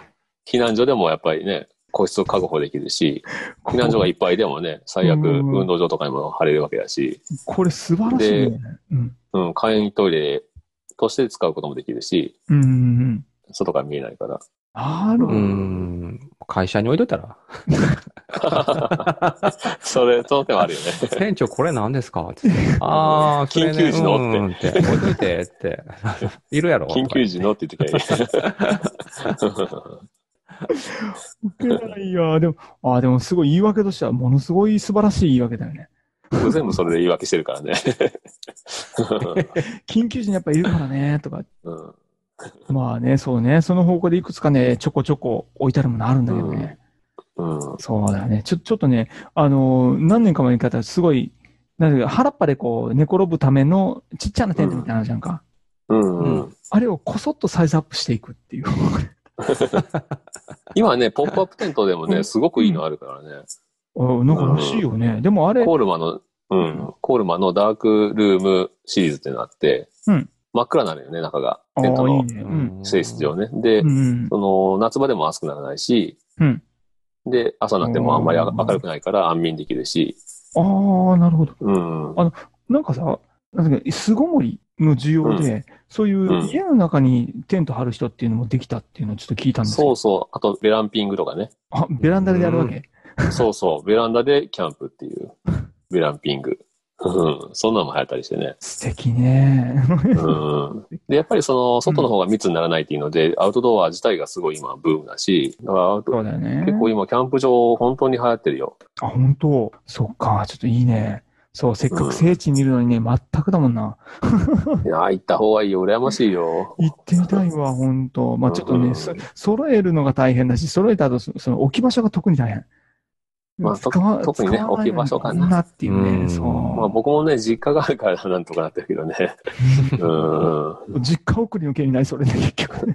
[SPEAKER 2] 避難所でもやっぱりね、個室を確保できるし、避難所がいっぱいでもね、最悪
[SPEAKER 3] うん
[SPEAKER 2] 運動場とかにも貼れるわけだし、
[SPEAKER 3] これ素晴らしいね。うん。
[SPEAKER 2] うん、簡易トイレとして使うこともできるし、
[SPEAKER 3] うんうんうん。
[SPEAKER 2] 外から見えないから。
[SPEAKER 3] なるほ
[SPEAKER 4] う
[SPEAKER 3] ど。
[SPEAKER 4] ん。会社に置いといたら。
[SPEAKER 2] それ、その手もあ <laughs> るよね。
[SPEAKER 4] 店長これ何ですかつって。あ
[SPEAKER 2] <laughs>
[SPEAKER 4] あ、
[SPEAKER 2] 緊急時のって
[SPEAKER 4] うんって。置いといてって。 <laughs> いるやろ。
[SPEAKER 2] 緊急時のって言ってた <laughs> よね
[SPEAKER 3] いやいや、でも、あでもすごい言い訳としては、ものすごい素晴らしい言い訳だよね。
[SPEAKER 2] 僕全部それで言い訳してるからね。
[SPEAKER 3] 緊急時にやっぱいるからね、とか。
[SPEAKER 2] うん
[SPEAKER 3] まあね、そうね、その方向でいくつかね、ちょこちょこ置いてあるものあるんだけどね。
[SPEAKER 2] うん
[SPEAKER 3] そうだよね。ちょ、ちょっとね、あのー何年か前に買ったらすごい、なんていうか、腹っぱでこう、寝転ぶためのちっちゃなテントみたいなのあるじゃんか。
[SPEAKER 2] うんうん
[SPEAKER 3] あれをこそっとサイズアップしていくっていう。
[SPEAKER 2] 今ね、ポップアップテントでも
[SPEAKER 3] う
[SPEAKER 2] ね、
[SPEAKER 3] ん
[SPEAKER 2] すごくいいのあるからね。
[SPEAKER 3] あなんからしいよね。でもあれ、
[SPEAKER 2] コールマンの、うん、コールマンのダークルームシリーズっていうのあって、
[SPEAKER 3] うん
[SPEAKER 2] 真っ暗なのよね、中が。
[SPEAKER 3] あ
[SPEAKER 2] テント
[SPEAKER 3] あ、いい
[SPEAKER 2] の
[SPEAKER 3] ね。うん。
[SPEAKER 2] 性質上ね。で、
[SPEAKER 3] うんうん
[SPEAKER 2] その、夏場でも暑くならないし、
[SPEAKER 3] うん
[SPEAKER 2] で、朝になってもあんまり明明るくないから安眠できるし、
[SPEAKER 3] ああ、なるほど。
[SPEAKER 2] うん。
[SPEAKER 3] あなんかさ、なんだっけ巣ごもりの需要で、そういう家の中にテント張る人っていうのもできたっていうのをちょっと聞いたんです
[SPEAKER 2] そ
[SPEAKER 3] よ
[SPEAKER 2] う。そう。あと、ベランピングとかね。
[SPEAKER 3] あ、ベランダでやるわけ。
[SPEAKER 2] そうそう。ベランダでキャンプっていう、ベランピング。うん。そんなのも流行ったりしてね。
[SPEAKER 3] 素敵ね。 <laughs>
[SPEAKER 2] うん。で、やっぱりその、外の方が密にならないっていうので、アウトドア自体がすごい今ブームだし、だからアウト
[SPEAKER 3] そうだよね。
[SPEAKER 2] 結構今、キャンプ場、本当に流行ってるよ。
[SPEAKER 3] あ、本当そっか、ちょっといいね。そう、せっかく聖地にいるのにね、全くだもんな。
[SPEAKER 2] いやー、行った方がいいよ。羨ましいよ。
[SPEAKER 3] 行ってみたいわ、本当まあちょっと
[SPEAKER 2] う
[SPEAKER 3] ね、
[SPEAKER 2] ん
[SPEAKER 3] そ揃えるのが大変だし、揃えた後、そその置き場所が特に大変。
[SPEAKER 2] まあと
[SPEAKER 3] わ
[SPEAKER 2] 特にね
[SPEAKER 3] 使わないの
[SPEAKER 2] 置き場所かな
[SPEAKER 3] こんなっていう
[SPEAKER 4] う
[SPEAKER 3] ね、
[SPEAKER 4] ん
[SPEAKER 3] そう。
[SPEAKER 2] まあ僕もね、実家があるからなんとかなってるけどね。うん。
[SPEAKER 3] <laughs> 実家送りの件になりそれで結
[SPEAKER 2] <laughs>
[SPEAKER 3] 局ね。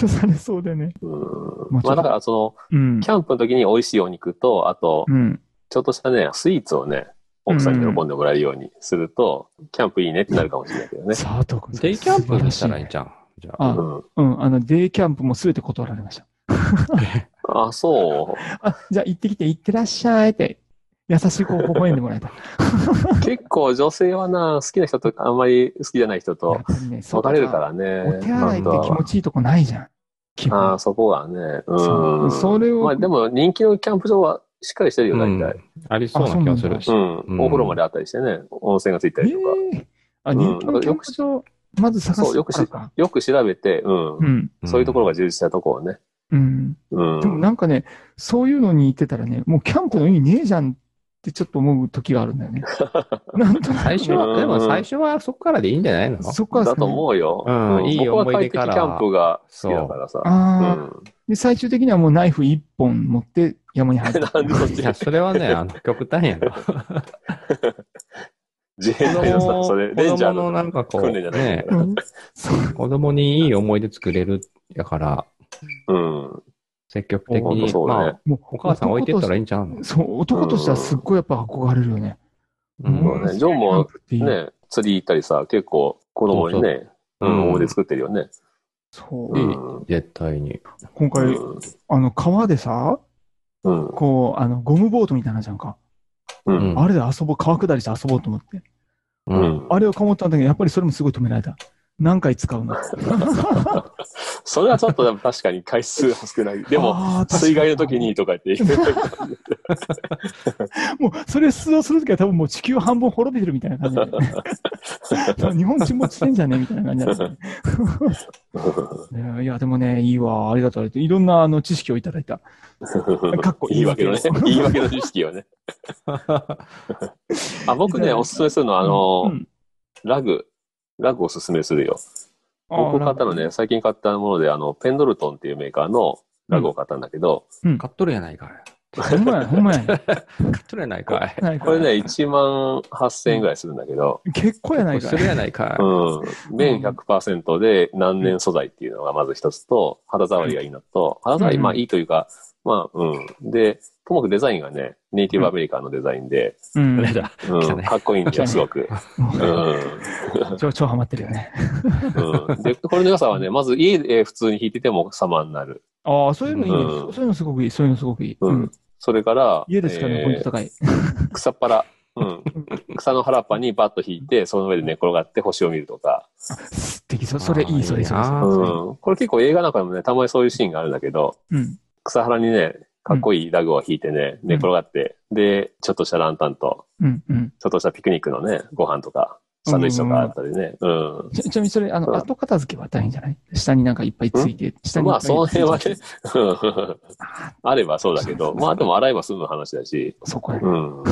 [SPEAKER 3] 処されそうでね。
[SPEAKER 2] うん
[SPEAKER 3] まあちょっと
[SPEAKER 2] まあだから、そ
[SPEAKER 3] うん
[SPEAKER 2] の、キ。ャンプの時に美味しいお肉と、あと、
[SPEAKER 3] うん。
[SPEAKER 2] ちょっとしたね、スイーツをね、奥さんに喜んでもらえるようにすると、キャンプいいねってなるかもしれないけどね。
[SPEAKER 3] さあ、とか。
[SPEAKER 4] デイキャンプにしたらいいん
[SPEAKER 3] 素晴し
[SPEAKER 4] じゃん。じゃあ。
[SPEAKER 3] あ
[SPEAKER 2] うん。
[SPEAKER 3] いねうん、あの、デイキャンプもすべて断られました。
[SPEAKER 2] あ、そ
[SPEAKER 3] あ、じゃあ行ってきて、行ってらっしゃいって、優しく微笑んでもら
[SPEAKER 2] <laughs>
[SPEAKER 3] えた。
[SPEAKER 2] う。結構女性はな、好きな人とあんまり好きじゃない人
[SPEAKER 3] や
[SPEAKER 2] と
[SPEAKER 3] っぱりね、そ
[SPEAKER 2] 分
[SPEAKER 3] うだ
[SPEAKER 2] か
[SPEAKER 3] な
[SPEAKER 2] れるからね。
[SPEAKER 3] お手洗いって気持ちいいとこないじゃん。気
[SPEAKER 2] ああ、
[SPEAKER 3] 分。
[SPEAKER 2] そこはね。う。
[SPEAKER 3] そうんそれを
[SPEAKER 2] まあでも人気のキャンプ場はしっかりしてるよ、
[SPEAKER 4] う
[SPEAKER 2] 大
[SPEAKER 4] ん
[SPEAKER 2] 体。
[SPEAKER 4] ありそうな気がするし
[SPEAKER 2] う。ん。
[SPEAKER 4] うん
[SPEAKER 2] お風呂まであったりしてね、温泉がついたりとか。
[SPEAKER 3] ええあ、
[SPEAKER 2] うん
[SPEAKER 3] 人気のキャンプ場、まず探す
[SPEAKER 2] そう、よくし
[SPEAKER 3] とか、
[SPEAKER 2] よく調べて、うん。
[SPEAKER 3] うん。
[SPEAKER 2] そういうところ
[SPEAKER 4] が。
[SPEAKER 2] が充実したところをね。
[SPEAKER 3] うん。
[SPEAKER 2] うん。
[SPEAKER 3] でもなんかね、そういうのに行ってたらね、もうキャンプの意味ねえじゃんってちょっと思う時があるんだよ
[SPEAKER 2] <laughs>
[SPEAKER 3] ね。なんとなく
[SPEAKER 4] 最初は、でも最初はそこからでいいんじゃないの
[SPEAKER 3] そっからで
[SPEAKER 2] だ
[SPEAKER 3] すか
[SPEAKER 2] と
[SPEAKER 3] ね
[SPEAKER 2] 思うよ。
[SPEAKER 4] うんいい
[SPEAKER 2] 僕は
[SPEAKER 4] 思い
[SPEAKER 2] 快
[SPEAKER 4] 出
[SPEAKER 2] 適キ
[SPEAKER 4] から
[SPEAKER 2] ャンプが好きだからさ。う
[SPEAKER 3] ああ、
[SPEAKER 2] ん。
[SPEAKER 3] で、最終的にはもうナイフ一本持って山に入った。
[SPEAKER 2] <laughs> なんでそっ
[SPEAKER 4] <laughs> い
[SPEAKER 2] ち
[SPEAKER 4] や、それ
[SPEAKER 2] <laughs>
[SPEAKER 4] はね、あの、極端やな。
[SPEAKER 2] 自衛隊のさ、それ、レンジャー
[SPEAKER 4] 子供のなんかこう
[SPEAKER 2] 訓練じゃない
[SPEAKER 4] ね
[SPEAKER 3] うんそう
[SPEAKER 4] 子供にいい思い出作れるやから、
[SPEAKER 2] うん。
[SPEAKER 4] 積極的
[SPEAKER 2] ほんと
[SPEAKER 4] に。
[SPEAKER 2] そうだ
[SPEAKER 4] ま
[SPEAKER 2] ね
[SPEAKER 4] あ、。
[SPEAKER 3] もう
[SPEAKER 4] お母さん置いてったらい
[SPEAKER 3] い
[SPEAKER 4] いんちゃうの
[SPEAKER 3] そう、男としてはすっごいやっぱ憧れるよね。
[SPEAKER 4] う
[SPEAKER 2] そうんねジョンも
[SPEAKER 3] キャプっていい、
[SPEAKER 2] ね、釣り行ったりさ、結構子供にね、、
[SPEAKER 4] そううそうん
[SPEAKER 2] 思い出作ってるよね。
[SPEAKER 3] そうう。
[SPEAKER 2] ん。
[SPEAKER 4] 絶対に。
[SPEAKER 3] 今
[SPEAKER 2] う
[SPEAKER 3] 回、
[SPEAKER 2] ん
[SPEAKER 3] あの、川でさ、
[SPEAKER 2] うん。
[SPEAKER 3] こう、あの、ゴムボートみたいなのじゃんか。
[SPEAKER 2] うん。
[SPEAKER 3] あれで遊ぼう、川下りして遊ぼうと思って。
[SPEAKER 4] う。
[SPEAKER 2] うんん。
[SPEAKER 3] あれをかもったんだけど、やっぱりそれもすごい止められた。何回使うの
[SPEAKER 2] それはちょっとでも確かに回数は少ない。 <laughs> でも、、
[SPEAKER 3] あー
[SPEAKER 2] 水害の時。にとか言って、
[SPEAKER 3] 確か <laughs> にもう、それ出動するときは多分もう地球半分滅びてるみたいな感じだよね
[SPEAKER 2] <laughs>
[SPEAKER 3] 日本沈没してんじゃねみたいな感じなんですよね。いや、でもね、いいわ、ありがとう。いろんなあの知識をいただいた。かっ
[SPEAKER 2] <laughs>
[SPEAKER 3] こいい
[SPEAKER 2] いいわけのね。いいわけの知識
[SPEAKER 4] <laughs>
[SPEAKER 2] をね。あ、僕ね、おすすめするのは、あ
[SPEAKER 3] う
[SPEAKER 2] の、
[SPEAKER 3] ん
[SPEAKER 2] ラグ。ラグおすすめするよ。
[SPEAKER 3] あ
[SPEAKER 2] 僕買ったの
[SPEAKER 3] なん
[SPEAKER 2] ね、最近買ったもので、あの、ペンドルトンっていうメーカーのラグを買ったんだけど、
[SPEAKER 4] 買っとるやないかい。
[SPEAKER 3] かほんまや、 <laughs> ほんまや。
[SPEAKER 4] 買っとるやないかい。
[SPEAKER 3] なんか
[SPEAKER 2] これね、1万8000円ぐらいするんだけど、
[SPEAKER 3] 結構やないか
[SPEAKER 4] す
[SPEAKER 3] い
[SPEAKER 4] る。やないか
[SPEAKER 2] うん。綿100%で何年素材っていうのがまず一つと、肌触りがいいのと、肌触りまあいいというか、まあうん。で、ともかくデザインがね、ネイティブアメリカンのデザインで、
[SPEAKER 3] う
[SPEAKER 4] い。
[SPEAKER 3] ん
[SPEAKER 4] あ。
[SPEAKER 3] <laughs>
[SPEAKER 4] れだ。
[SPEAKER 2] う
[SPEAKER 4] 来た
[SPEAKER 2] ん、
[SPEAKER 4] ね
[SPEAKER 2] <laughs> かっこいいんだよ、すごく。う
[SPEAKER 3] 超、超ハマってるよね。
[SPEAKER 2] ん。うん。で、これの良さはね、まず家で普通に弾いてても様になる。
[SPEAKER 3] ああ、そういうのいいね、
[SPEAKER 2] うん
[SPEAKER 3] そういうのすごくいい。そういうのすごくいい。
[SPEAKER 2] うん。それから、
[SPEAKER 3] 家ですからね、
[SPEAKER 2] えー
[SPEAKER 3] ポイント高い。
[SPEAKER 2] 草っぱら。 <laughs> うん。草の原っぱにバッと引いて、その上で寝転がって星を見るとか。
[SPEAKER 3] 素敵。そそれ
[SPEAKER 4] あ
[SPEAKER 3] い
[SPEAKER 4] ー
[SPEAKER 3] い、それ、それ。
[SPEAKER 4] な
[SPEAKER 2] うん。これ結構映画なんかでもね、たまにそういうシーンがあるんだけど、
[SPEAKER 3] うん。
[SPEAKER 2] 草原にね、かっこいいラグを引いてね、
[SPEAKER 3] ん
[SPEAKER 2] 寝転がって、で、ちょっとしたランタンと、
[SPEAKER 3] うん。うん。
[SPEAKER 2] ちょっとしたピクニックのね、ご飯とか、サンドイッチとかあったりね。うん。
[SPEAKER 3] ちちなみにそれ、あ
[SPEAKER 2] う
[SPEAKER 3] の、
[SPEAKER 2] ん
[SPEAKER 3] 後片付けは大変じゃない下になんかいっぱいついて、下にい
[SPEAKER 2] ま
[SPEAKER 3] っぱ
[SPEAKER 2] あ、
[SPEAKER 3] いつい
[SPEAKER 2] その辺は
[SPEAKER 3] て
[SPEAKER 2] ね、うん <laughs> あればそうだけど、まあでも洗えば済む話だし、
[SPEAKER 3] そこや
[SPEAKER 2] う。ん。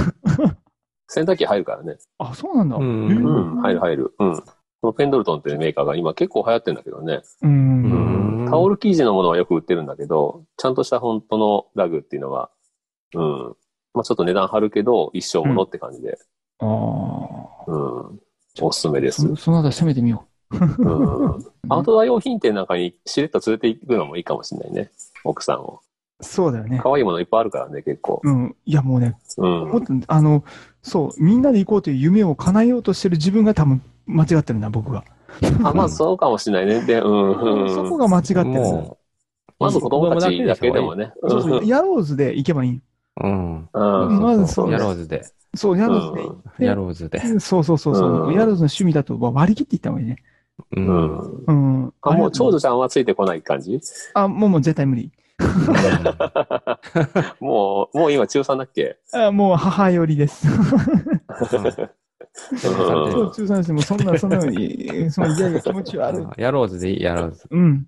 [SPEAKER 2] 洗濯機入るからね。
[SPEAKER 3] あ、そうなんだ。
[SPEAKER 4] うん
[SPEAKER 3] へ
[SPEAKER 2] う
[SPEAKER 3] ー
[SPEAKER 2] ん、入る入る。うん。このペンドルトンっていうメーカーが今結構流行ってんだけどね。
[SPEAKER 3] う。
[SPEAKER 4] うんん
[SPEAKER 2] タオル生地のものはよく売ってるんだけど、ちゃんとした本当のラグっていうのは、うん。まあちょっと値段張るけど、一生ものって感じで、
[SPEAKER 3] ああ。
[SPEAKER 2] うん。おすすめです
[SPEAKER 3] そ。そのあたり攻めてみよ
[SPEAKER 2] うん。アウトドア用品店なんかにしれっと連れて行くのもいいかもしれないね。奥さんを。
[SPEAKER 3] そうだよね。
[SPEAKER 2] 可愛いものいっぱいあるからね、結構。
[SPEAKER 3] うん。いや、もうね、
[SPEAKER 2] うん
[SPEAKER 3] も。っと、あの、そう、みんなで行こうという夢を叶えようとしてる自分が多分間違ってるな、僕が。
[SPEAKER 2] あ、まあそうかもしれないね。で、うん、
[SPEAKER 3] そこ
[SPEAKER 2] うん。
[SPEAKER 3] が間違ってるな。
[SPEAKER 4] も
[SPEAKER 2] まず子供たちだけでもね。
[SPEAKER 3] そうそう、ヤローズで行けばいい。
[SPEAKER 4] う、うん。
[SPEAKER 2] うん。
[SPEAKER 3] まずそう
[SPEAKER 4] やろうずで。
[SPEAKER 3] そう、ヤローズで行っ
[SPEAKER 2] う
[SPEAKER 3] で
[SPEAKER 4] やろうずで。
[SPEAKER 3] て、そうそうそうそう、
[SPEAKER 2] うん。
[SPEAKER 3] ヤローズの趣味だと割り切っていった方がいいね。
[SPEAKER 4] うん。
[SPEAKER 2] うんん。
[SPEAKER 3] うん。
[SPEAKER 2] あ、もう長
[SPEAKER 3] 女
[SPEAKER 2] 女ちゃんはついてこない感じ
[SPEAKER 3] あ、もうもう絶対無理。
[SPEAKER 2] もう、もう今中3だっけ
[SPEAKER 3] あもう母寄りです。
[SPEAKER 2] うん
[SPEAKER 3] <laughs> そう、中3です。もうそ
[SPEAKER 2] <laughs>
[SPEAKER 3] んな、そんな、いその嫌が気持ち悪い。
[SPEAKER 4] やろうずでいい、やろうず。
[SPEAKER 3] うん。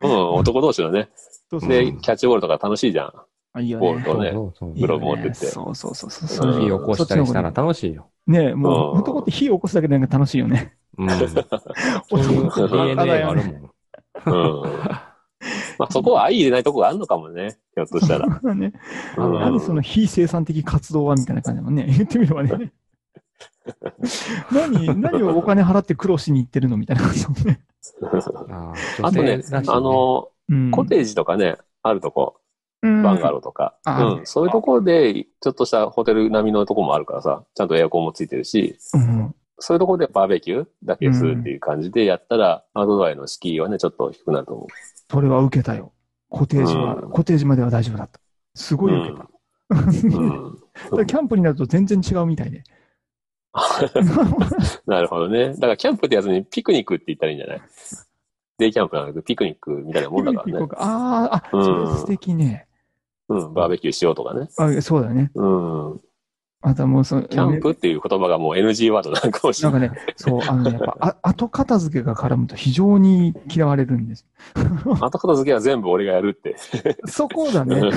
[SPEAKER 2] うん、男同士のね。
[SPEAKER 3] そうそう。
[SPEAKER 2] で、キャッチボールとか楽しいじゃん。
[SPEAKER 3] あいいよ
[SPEAKER 2] ボール
[SPEAKER 3] ね。
[SPEAKER 2] とね。
[SPEAKER 4] そうそう
[SPEAKER 3] いいよね
[SPEAKER 2] グローブ持ってって
[SPEAKER 3] そうそうそうそう。
[SPEAKER 4] そう
[SPEAKER 3] そ
[SPEAKER 4] 火
[SPEAKER 3] う
[SPEAKER 4] 起こしたりしたら楽しいよ。
[SPEAKER 3] ねも
[SPEAKER 2] うん
[SPEAKER 3] う、男って火起こすだけでなんか楽しいよね。
[SPEAKER 4] うん。そうい
[SPEAKER 3] 男
[SPEAKER 4] う
[SPEAKER 3] の子バ
[SPEAKER 4] DNA
[SPEAKER 3] カだ
[SPEAKER 4] があ
[SPEAKER 3] よ
[SPEAKER 4] る
[SPEAKER 3] ね。
[SPEAKER 4] もん。
[SPEAKER 2] うん。
[SPEAKER 3] <laughs>
[SPEAKER 2] まあそこは相入れないとこがあるのかもね。ひょっとしたら。
[SPEAKER 3] ね
[SPEAKER 2] うん
[SPEAKER 3] 何 <laughs> その非生産的活動はみたいな感じだもんね。 <laughs> 言ってみれば
[SPEAKER 2] <laughs>
[SPEAKER 3] ね。何、何をお金払って苦労しに行ってるのみたいな感じだもん
[SPEAKER 2] <laughs>
[SPEAKER 3] ね。
[SPEAKER 4] あ
[SPEAKER 2] あとね、あ、の、
[SPEAKER 3] うん
[SPEAKER 2] コテージとかね、あるとこ、バンガローとか。
[SPEAKER 3] あ
[SPEAKER 2] うん、そういうところで、ちょっとしたホテル並みのとこもあるからさ、ちゃんとエアコンもついてるし、
[SPEAKER 3] うん
[SPEAKER 2] そういうところでバーベキューだけするっていう感じでやったら、アウトドアへの敷居はね、ちょっと低くなると思
[SPEAKER 3] それは受けたよ。コテージは、
[SPEAKER 2] うん
[SPEAKER 3] コテージまでは大丈夫だった。すごい受けた。
[SPEAKER 2] う。
[SPEAKER 3] <laughs>
[SPEAKER 2] うん。
[SPEAKER 3] だからキャンプになると全然違うみた
[SPEAKER 2] <laughs>
[SPEAKER 3] いで。 <laughs>
[SPEAKER 2] なるほどね。だからキャンプってやつにピクニックって言ったらいいんじゃないデイキャンプなんだけど、ピクニックみたいなもんだからね。
[SPEAKER 3] ああー、あ、
[SPEAKER 2] うん
[SPEAKER 3] それ素敵ね。
[SPEAKER 2] うん、バーベキューしようとかね。
[SPEAKER 3] あそうだね。
[SPEAKER 2] うん。
[SPEAKER 3] あとはもうその、
[SPEAKER 2] キャンプっていう言葉がもう NG ワードなのかもし
[SPEAKER 3] な
[SPEAKER 2] れ
[SPEAKER 3] ん
[SPEAKER 2] な
[SPEAKER 3] か
[SPEAKER 2] い。
[SPEAKER 3] ね、そう、あのね、やっぱ、あ <laughs> 後片付けが絡むと非常に嫌われるんです。
[SPEAKER 2] 後片付けは全部俺がやるって。
[SPEAKER 3] そこだ
[SPEAKER 2] う
[SPEAKER 3] ね
[SPEAKER 2] ん。もう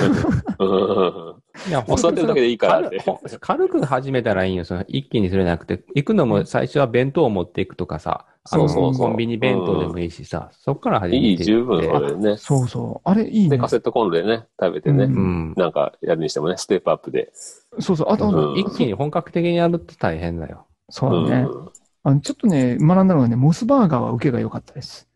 [SPEAKER 2] 座ってるだけでいいからって。
[SPEAKER 4] 軽く始めたらいいよ。その一気にするんじゃなくて、行くのも最初は弁当を持っていくとかさ、あの
[SPEAKER 3] そうそうそう
[SPEAKER 4] コンビニ弁当でもいいしさ、そっから <laughs> 始めて
[SPEAKER 2] い
[SPEAKER 4] い
[SPEAKER 2] い、十分それでね。
[SPEAKER 3] そうそう。あれ、いい
[SPEAKER 2] で、
[SPEAKER 3] ね
[SPEAKER 2] カ。セットコンロでね、食べてね、
[SPEAKER 3] う
[SPEAKER 4] うん。
[SPEAKER 2] なんかやるにしてもね、ステップアップで。
[SPEAKER 3] そうそう。あと、
[SPEAKER 2] うん
[SPEAKER 4] 一気に本格的にやると大変だよ。
[SPEAKER 3] そうだね。
[SPEAKER 2] うん
[SPEAKER 3] あの、ちょっとね、学んだのがね、モスバーガーは受けが良かったです。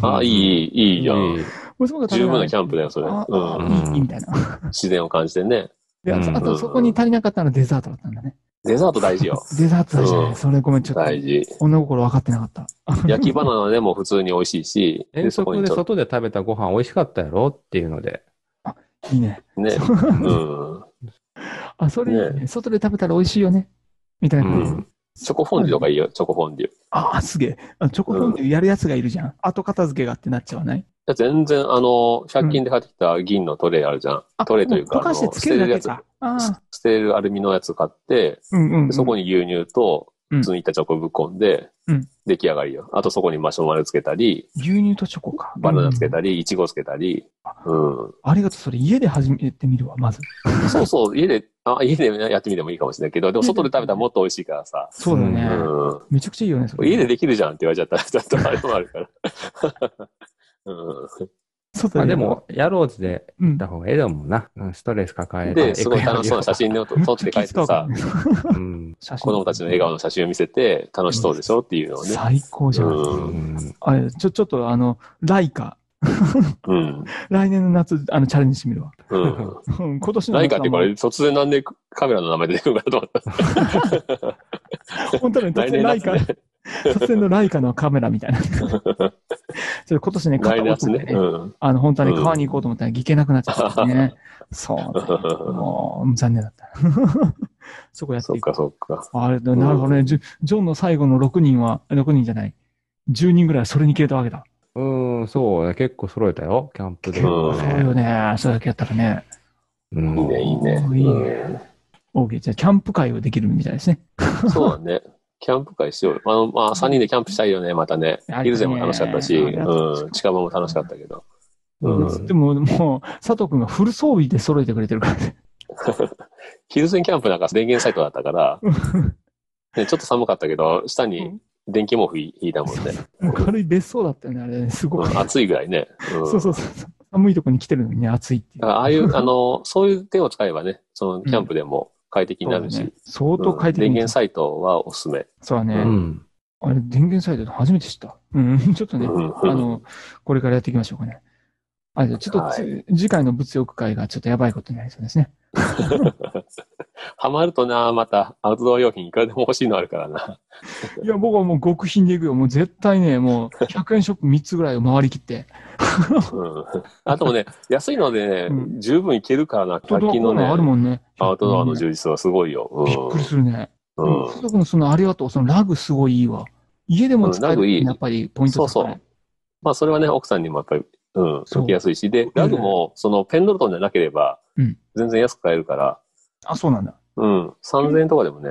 [SPEAKER 2] あ、いい、いいじゃん。
[SPEAKER 3] モスバーガー食
[SPEAKER 2] 十
[SPEAKER 3] べられ
[SPEAKER 2] 分
[SPEAKER 3] ない
[SPEAKER 2] なキャンプだよ、それ。
[SPEAKER 3] あ
[SPEAKER 2] うん。
[SPEAKER 4] ん
[SPEAKER 3] いい、いいみたいな。
[SPEAKER 2] 自然を感じてね。
[SPEAKER 3] で、あ
[SPEAKER 4] うん
[SPEAKER 3] とあとそこに足りなかったのはデザートだったんだね。
[SPEAKER 2] デザート大事よ。
[SPEAKER 3] デザートだし
[SPEAKER 2] う
[SPEAKER 3] ね。
[SPEAKER 2] ん
[SPEAKER 3] それごめん、ちょっと。
[SPEAKER 2] 大事。
[SPEAKER 3] 女心分かってなかった。
[SPEAKER 2] 焼きバナナでも普通に美味しいし、
[SPEAKER 4] 遠
[SPEAKER 2] そこ
[SPEAKER 4] 足
[SPEAKER 2] に
[SPEAKER 4] で
[SPEAKER 2] ちょっ
[SPEAKER 4] 外で食べたご飯美味しかったやろっていうので。
[SPEAKER 3] いいね。
[SPEAKER 2] とね、うん。
[SPEAKER 3] あ、それいいね外で食べたら美味しいよね。みたいな感じ。
[SPEAKER 4] うん
[SPEAKER 2] チョコフォンデュとかいいよ、チョコフォンデュ。い
[SPEAKER 3] ああ、すげえ。あチョコフォンデュやるやつがいるじゃん。後片付けがってなっちゃわない
[SPEAKER 2] や全然、あの、100均で買ってきた銀のトレイあるじゃん。
[SPEAKER 3] あ
[SPEAKER 2] トレイというか、
[SPEAKER 3] も溶かして
[SPEAKER 2] あの
[SPEAKER 3] つけるだけ
[SPEAKER 2] 捨
[SPEAKER 3] か。
[SPEAKER 2] てるや
[SPEAKER 3] ああ
[SPEAKER 2] つ、捨てるアルミのやつ買って、
[SPEAKER 3] ー。うんうんうん。
[SPEAKER 2] そこに牛乳と、
[SPEAKER 3] うん
[SPEAKER 2] 普通にいったチョコぶっ込んで
[SPEAKER 3] うん、
[SPEAKER 2] 出来上がりよ。あとそこにマシュマロつけたり、
[SPEAKER 3] 牛乳とチョコか。
[SPEAKER 2] バナナつけ
[SPEAKER 3] うん
[SPEAKER 2] たり、いちごつけたり、うん。
[SPEAKER 3] ありがとう。それ家で始めてみるわ、まず。
[SPEAKER 2] そうそう、家で、あ、家でやってみてもいいかもしれないけど、でも外で食べたらもっと美味しいからさ。
[SPEAKER 3] そうだ
[SPEAKER 4] う
[SPEAKER 3] ね。
[SPEAKER 2] う
[SPEAKER 3] めちゃくちゃいいよね、そ
[SPEAKER 2] ん。
[SPEAKER 3] れ。
[SPEAKER 2] 家でできるじゃんって言われちゃったら、 <laughs> ちょっとあれもあるから。
[SPEAKER 3] そう
[SPEAKER 4] ま
[SPEAKER 3] だ
[SPEAKER 4] あ
[SPEAKER 3] ね。
[SPEAKER 4] で、も、やろうずで
[SPEAKER 3] う
[SPEAKER 4] 行
[SPEAKER 3] ん
[SPEAKER 4] った。方がええだもんな。うんストレス抱
[SPEAKER 2] う
[SPEAKER 4] え
[SPEAKER 2] ん。
[SPEAKER 4] て。
[SPEAKER 2] で、すごい楽しそうな写真を撮って帰ってさ、
[SPEAKER 4] うん。
[SPEAKER 3] 写真
[SPEAKER 2] 子供たちの笑顔の写真を見せて、楽しそうでしょっていうのをね。
[SPEAKER 3] 最高じゃん。
[SPEAKER 2] う。
[SPEAKER 4] うんん
[SPEAKER 3] あれ、ちょ、ちょっとあの、ライカ。
[SPEAKER 2] うん。
[SPEAKER 3] 来年の夏、あの、チャレンジしてみるわ。
[SPEAKER 2] うん。
[SPEAKER 3] うん今年の夏はもう。
[SPEAKER 2] 何かっていうか、あれ突然なんでカメラの名前出てくるかと思った。
[SPEAKER 3] 本当 <laughs> に突然ライカ、
[SPEAKER 2] 来年
[SPEAKER 3] 突然のライカのカメラみ
[SPEAKER 2] <laughs>
[SPEAKER 3] たいな。それ今年ね、
[SPEAKER 2] 来
[SPEAKER 3] 片落
[SPEAKER 2] 年
[SPEAKER 3] ち
[SPEAKER 2] ね
[SPEAKER 3] <laughs> で。ね、
[SPEAKER 2] うん。
[SPEAKER 3] あの、本当はね、
[SPEAKER 2] うん
[SPEAKER 3] 川に行こうと思ったら行けなくなっちゃっ
[SPEAKER 2] <laughs>
[SPEAKER 3] たね。そうだね。もう、残念だった。 <laughs> そこやって
[SPEAKER 2] そっ
[SPEAKER 3] いく。
[SPEAKER 2] かそっか。
[SPEAKER 3] あれ、なるほどね。ジョジョンの最後の6人は、6人じゃない。10人ぐらいはそれに消えたわけだ。
[SPEAKER 4] うん、そうね。結構揃えたよ。キャンプで。
[SPEAKER 2] うん
[SPEAKER 3] そうよね。それだけやったらね。
[SPEAKER 4] う
[SPEAKER 2] いい
[SPEAKER 4] ん
[SPEAKER 2] ね、いいね。
[SPEAKER 3] いいね
[SPEAKER 2] うん
[SPEAKER 3] OK。じゃあ、キャンプ会をできるみたいですね。
[SPEAKER 2] そうだね。キャンプ会しようよ。あの、まあ、3人でキャンプしたいよね、またね
[SPEAKER 3] や。りたいね
[SPEAKER 2] ヒルゼも楽しかったし、
[SPEAKER 3] ありがとうございます
[SPEAKER 2] うん、近場も楽しかったけど。うん
[SPEAKER 3] でも、もう、佐藤くんがフル装備で揃えてくれてるからね。
[SPEAKER 2] ヒルゼンキャンプなんか電源サイトだったから、ね、ちょっと寒かったけど、下に電気毛布引いたもんね。
[SPEAKER 3] もう軽い別荘だったよね、あれね。すご
[SPEAKER 2] う
[SPEAKER 3] い。
[SPEAKER 2] ん、暑いぐらいね。うん、
[SPEAKER 3] そうそうそう。寒いとこに来てるのにね、暑いっていう
[SPEAKER 2] だか。らああいう、あの、そういう手を使えばね、そのキャンプでも快適になるし、
[SPEAKER 3] そうだね相当快
[SPEAKER 2] うん
[SPEAKER 3] 適
[SPEAKER 2] 電
[SPEAKER 3] に
[SPEAKER 2] 源。サイトはおすすめ。
[SPEAKER 3] そうだね。
[SPEAKER 4] うん。
[SPEAKER 3] あれ、電源サイド初めて知った。うん、ちょっとね、
[SPEAKER 2] うん
[SPEAKER 3] あの、これからやっていきましょうかね。あれ、ちょっとつ、
[SPEAKER 2] は
[SPEAKER 3] 次回の物欲会がちょっとやばいことになりそうですね。
[SPEAKER 2] ハマるとな、またアウトドア用品いくらでも欲しいのあるからな。
[SPEAKER 3] いや、僕はもう極貧でいくよ。もう絶対ね、もう100円ショップ3つぐらいを回り切って。
[SPEAKER 2] うん。あともね、安いので
[SPEAKER 3] う
[SPEAKER 2] ね、十分いけるからな、
[SPEAKER 3] アウト
[SPEAKER 2] 100均の
[SPEAKER 3] ドアコーナーある
[SPEAKER 2] ね、
[SPEAKER 3] もんね。
[SPEAKER 2] アウトドアの
[SPEAKER 3] びっ
[SPEAKER 2] 充実はすごいよ。
[SPEAKER 3] くりするね。
[SPEAKER 2] う。
[SPEAKER 3] うんん。
[SPEAKER 2] うん。
[SPEAKER 3] 僕のそのありがとう、そのラグすごいいいわ。家でも使えるっていうのはやっぱりポイントですからね
[SPEAKER 2] まあ、それはね、奥さんにもやっぱり、うん、
[SPEAKER 3] そう
[SPEAKER 2] 書きやすいし、で、ラグも、その、ペンドルトンじゃなければ
[SPEAKER 3] うん、
[SPEAKER 2] 全然安く買えるから、
[SPEAKER 3] あ、そうなんだ。
[SPEAKER 2] うん、3000円とかでもね、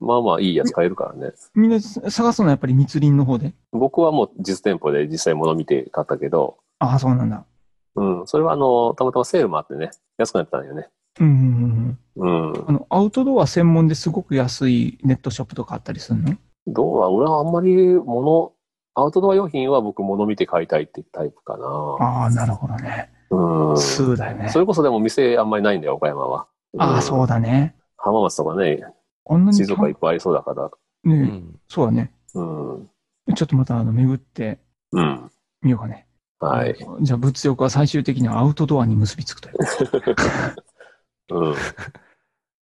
[SPEAKER 2] まあまあいいやつ買えるからね。
[SPEAKER 3] みんな探すのはやっぱり密林の方で。
[SPEAKER 2] 僕はもう実店舗で実際物見て買ったけど、
[SPEAKER 3] ああ、そうなんだ。
[SPEAKER 2] うん、それはあの、たまたまセールもあってね、安くなってたんだよね。
[SPEAKER 3] うんうんうん
[SPEAKER 2] うん
[SPEAKER 3] あ。の、アウトドア専門ですごく安いネットショップとかあったりするの
[SPEAKER 2] どうは、俺はあんまり物、アウトドア用品は僕物見て買いたいってタイプかな。
[SPEAKER 3] ああ、なるほどね。
[SPEAKER 2] うん。そ
[SPEAKER 3] そうだよね。
[SPEAKER 2] れこそでも店あんまりないんだよ、岡山は。。
[SPEAKER 3] ああ、そううだね。
[SPEAKER 2] 浜松とかね、
[SPEAKER 3] あんなに
[SPEAKER 2] 静岡いっぱいありそうだから。
[SPEAKER 4] う
[SPEAKER 3] ね、
[SPEAKER 4] ん。
[SPEAKER 3] そうだね。
[SPEAKER 2] うん。
[SPEAKER 3] ちょっとまた、あの、巡って
[SPEAKER 2] うん。
[SPEAKER 3] みようかね。
[SPEAKER 2] はい。。
[SPEAKER 3] じゃあ、物欲は最終的にはアウトドアに結びつくという。 <laughs>
[SPEAKER 2] うん。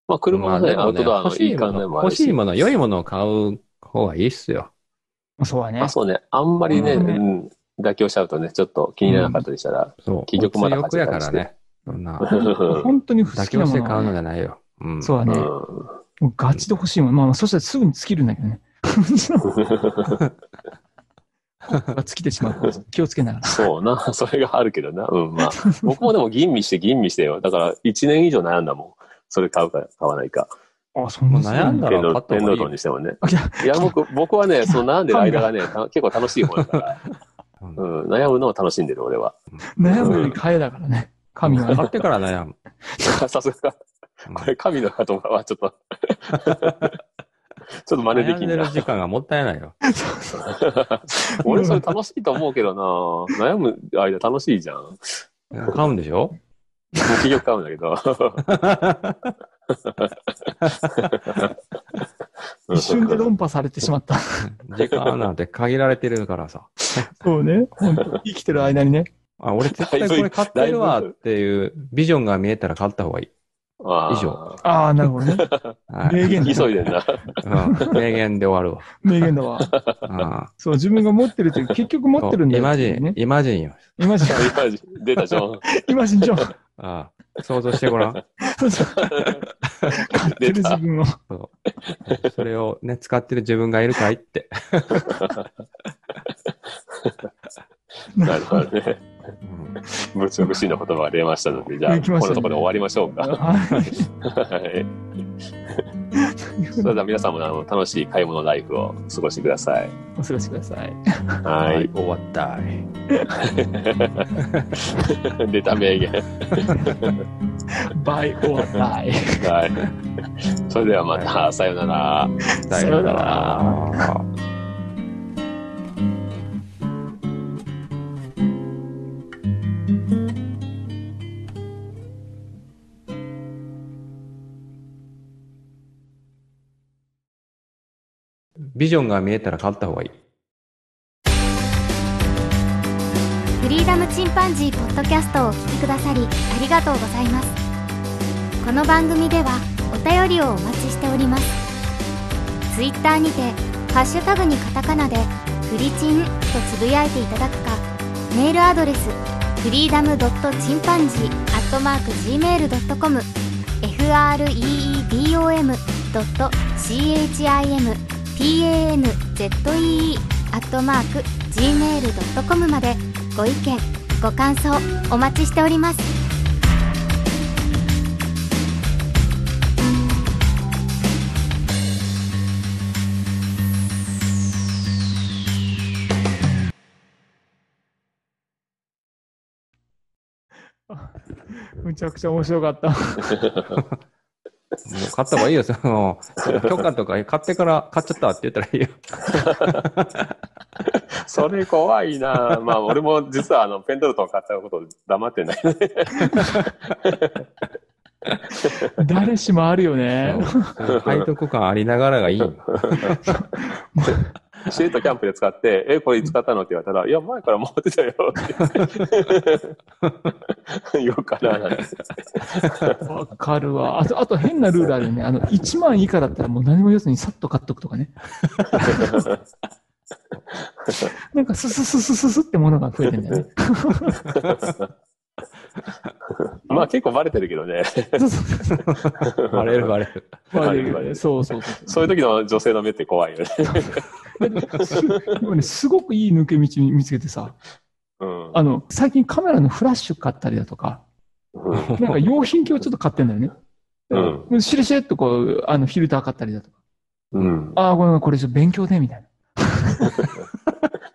[SPEAKER 2] まあ、車はね、
[SPEAKER 4] まあ
[SPEAKER 2] アウトドアの
[SPEAKER 4] 欲し
[SPEAKER 2] いい
[SPEAKER 4] いも
[SPEAKER 2] 感じ
[SPEAKER 4] の、
[SPEAKER 2] もある
[SPEAKER 4] 欲
[SPEAKER 2] し。
[SPEAKER 4] しいもの、良いものを買う方がいいっすよ。
[SPEAKER 3] そうだね
[SPEAKER 2] あ、。そうね。あんまりね、
[SPEAKER 3] う
[SPEAKER 2] うんん、妥協しちゃうとね、ちょっと気にならなかったりしたら。
[SPEAKER 4] そう。
[SPEAKER 2] 結局まだ
[SPEAKER 4] 物欲やからね。そんな、
[SPEAKER 2] <laughs>
[SPEAKER 3] 本当に好
[SPEAKER 4] 妥
[SPEAKER 3] き
[SPEAKER 4] 協
[SPEAKER 3] なも
[SPEAKER 4] して
[SPEAKER 3] の
[SPEAKER 4] 買うの
[SPEAKER 3] は
[SPEAKER 4] じ
[SPEAKER 3] ね、
[SPEAKER 4] ゃないよ。うん。
[SPEAKER 3] そうだ
[SPEAKER 2] う
[SPEAKER 3] ね。
[SPEAKER 2] ん。
[SPEAKER 3] もうガチで欲しいもの。まあまあ、そしたらすぐに尽きるんだけどね。 <laughs> 尽きてしまうから。気をつけながら。
[SPEAKER 2] そうな。 <laughs> それがあるけどな。うん、まあ。僕もでも吟味して吟味してよ。だから、1年以上悩んだもん。それ買うか、買わないか。
[SPEAKER 4] <laughs>
[SPEAKER 3] あ、そんな
[SPEAKER 4] もう悩んだ
[SPEAKER 2] ペン
[SPEAKER 4] ら
[SPEAKER 2] ド
[SPEAKER 4] 買
[SPEAKER 2] ル
[SPEAKER 4] った
[SPEAKER 2] ペンドル
[SPEAKER 4] 方
[SPEAKER 2] ト
[SPEAKER 4] が
[SPEAKER 2] ン
[SPEAKER 4] いい
[SPEAKER 2] に。してもね。
[SPEAKER 3] あいや
[SPEAKER 2] いや、僕、僕はね、その悩んでる間がね、た結構楽しい方だから、
[SPEAKER 4] うん
[SPEAKER 2] うん、悩むのを楽しんでる、俺は。
[SPEAKER 3] 悩むより買えだからね。神はね。
[SPEAKER 4] 買ってから悩む。
[SPEAKER 2] さすが、
[SPEAKER 4] う
[SPEAKER 2] <laughs>
[SPEAKER 4] ん
[SPEAKER 2] これ、神の言葉はちょっと、ちょっと真似で
[SPEAKER 4] 悩
[SPEAKER 2] き
[SPEAKER 4] ん
[SPEAKER 2] ん
[SPEAKER 4] でる
[SPEAKER 2] な。
[SPEAKER 4] 時間がもったいないよ。
[SPEAKER 2] 俺、それ楽しいと思うけどな。悩む間楽しいじゃん。もう
[SPEAKER 4] 買うんでしょ
[SPEAKER 2] 結局買うんだけど。
[SPEAKER 3] 一瞬で論破されてしまった。
[SPEAKER 4] 時間なんて限られてるからさ。
[SPEAKER 3] そうね。本当生きてる間にね。
[SPEAKER 4] あ、俺絶対これ買ってるわっていうビジョンが見えたら買った方がいい。
[SPEAKER 2] あー
[SPEAKER 4] 以上
[SPEAKER 3] ああ、なるほどね。
[SPEAKER 4] はい
[SPEAKER 3] 名言
[SPEAKER 2] <laughs>
[SPEAKER 3] だ
[SPEAKER 2] 急いでんな。
[SPEAKER 4] うん。名言で終わ
[SPEAKER 3] 名言だわ。
[SPEAKER 4] るわ。
[SPEAKER 3] そう、自分が持ってるという、結局
[SPEAKER 4] う
[SPEAKER 3] 持
[SPEAKER 4] ん。
[SPEAKER 3] ってるんだ
[SPEAKER 4] イ
[SPEAKER 3] よ
[SPEAKER 4] マ
[SPEAKER 3] って
[SPEAKER 4] ジ
[SPEAKER 3] いう
[SPEAKER 4] ン
[SPEAKER 3] ね、。
[SPEAKER 4] イマジンよ。
[SPEAKER 3] イマジン。
[SPEAKER 2] 出たじゃん。
[SPEAKER 3] イマジンじゃん。そう
[SPEAKER 4] ああ想像してごらん。
[SPEAKER 3] そう買ってる自分を。
[SPEAKER 4] それをね、使ってる自分がいるかいって。
[SPEAKER 2] なるほどね。
[SPEAKER 4] うん
[SPEAKER 2] 物欲しいの言葉が出ましたので、じゃあ、
[SPEAKER 3] 行き
[SPEAKER 2] こ
[SPEAKER 3] ま
[SPEAKER 2] の
[SPEAKER 3] しょう
[SPEAKER 2] ところで終わりましょうか。
[SPEAKER 3] はい
[SPEAKER 2] はい。それでは皆さんもあの楽しい買い物ライフを過ごしてください。
[SPEAKER 3] お過ごしください。
[SPEAKER 2] は
[SPEAKER 4] 終わった。
[SPEAKER 2] い。出た名言。
[SPEAKER 3] バイオアライ。
[SPEAKER 2] はい。それではまた、さようなら。
[SPEAKER 3] さようなら。
[SPEAKER 4] ビジョンが見えたら買った方がいい。
[SPEAKER 1] フリーダムチンパンジーポッドキャストをお聞きくださりありがとうございますこの番組ではお便りをお待ちしておりますツイッターにてハッシュタグにカタカナでフリチンとつぶやいていただくかメールアドレスフリーダムドットチンパンジーアットマーク gmail.com freedom ドット chimpanzee アットマーク gmail.com までご意見ご感想お待ちしております
[SPEAKER 3] むちゃくちゃ面白かった。
[SPEAKER 4] もう買った方がいいよ。その、許可とか買ってから買っちゃったって言ったらいいよ。
[SPEAKER 2] それ怖いな <laughs> まあ、俺も実はあの、ペンドルトン買ったこと黙って
[SPEAKER 4] <laughs>
[SPEAKER 2] ない。
[SPEAKER 3] 誰しもあるよね。
[SPEAKER 4] 背徳感ありながらがいいよ。
[SPEAKER 2] シートキャンプで使って、え、これいつ買ったのって言われたら、いや、前から持ってたよ
[SPEAKER 4] <laughs>
[SPEAKER 2] って。よくある話です。
[SPEAKER 3] わかるわ。あと、あと変なルールあるよね。あの、1万以下だったらもう何も言わずにさっと買っとくと
[SPEAKER 2] <laughs>
[SPEAKER 3] かね。なんかススススススってものが増えてんだよね。
[SPEAKER 2] まあ結構バレてるけどね。
[SPEAKER 3] そうそうそう。
[SPEAKER 4] バレるバレる。
[SPEAKER 3] バ
[SPEAKER 2] バ
[SPEAKER 3] レ
[SPEAKER 2] レ
[SPEAKER 3] る
[SPEAKER 2] る
[SPEAKER 3] バ
[SPEAKER 2] バレ
[SPEAKER 3] レる。
[SPEAKER 2] る
[SPEAKER 3] そうそうそう。
[SPEAKER 2] そういう時の女性の目って怖いよね。
[SPEAKER 3] すでもね、すごくいい抜け道に見つけてさ、
[SPEAKER 2] うん。
[SPEAKER 3] あの、最近カメラのフラッシュ買ったりだとか、
[SPEAKER 2] うん
[SPEAKER 3] なんか用品系をちょっと買ってんだよね。
[SPEAKER 2] うん
[SPEAKER 3] ん。しれしれっとこう、あの、フィルター買ったりだとか。
[SPEAKER 2] うん。
[SPEAKER 3] ああ、ごめん、これちょっと勉強で、みたいな。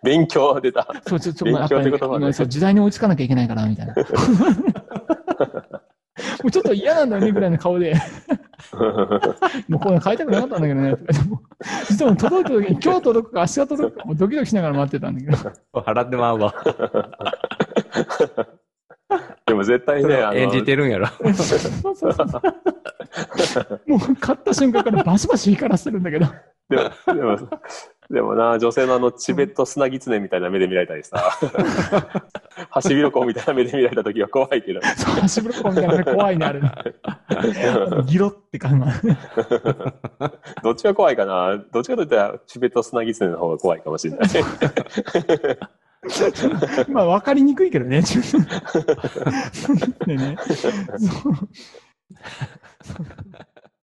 [SPEAKER 2] 勉強出た。
[SPEAKER 3] そう、ちょっと、まあやっ
[SPEAKER 2] 勉強
[SPEAKER 3] ぱり、
[SPEAKER 2] ってことはね
[SPEAKER 3] 今そう、時代に追いつかなきゃいけないから、
[SPEAKER 2] <laughs>
[SPEAKER 3] みたいな。もうちょっと嫌なんだよね、ぐらいの
[SPEAKER 2] <laughs>
[SPEAKER 3] 顔で。もうこれ買いたくなかったんだけどね、とか。でも実は届いた時に、今日届くか、明日届くか、もうドキドキしながら待ってたんだけ
[SPEAKER 2] <laughs>
[SPEAKER 3] ど。
[SPEAKER 4] 払ってまうわ。
[SPEAKER 2] でも絶対ね、あの、
[SPEAKER 4] 演じてるんやろ。
[SPEAKER 3] そうそうそうもう買った瞬間からバシバシ光らせてるんだけど。
[SPEAKER 2] でも、でも、でもな、女性のあの、チベット砂狐みたいな目で見られたり
[SPEAKER 4] <laughs>
[SPEAKER 2] さ、 <laughs> ハシビロコウみたいな目で見られた時は怖いけど、
[SPEAKER 3] そう、ハシブロコみたいなのが怖いね、あれね。ギロって感が。
[SPEAKER 2] <laughs> どっちが怖いかなどっちかといったら、チベット砂狐の方が怖いかもしれない。
[SPEAKER 3] まあ、分かりにくいけどね、自
[SPEAKER 2] <laughs>
[SPEAKER 3] 分でね。そう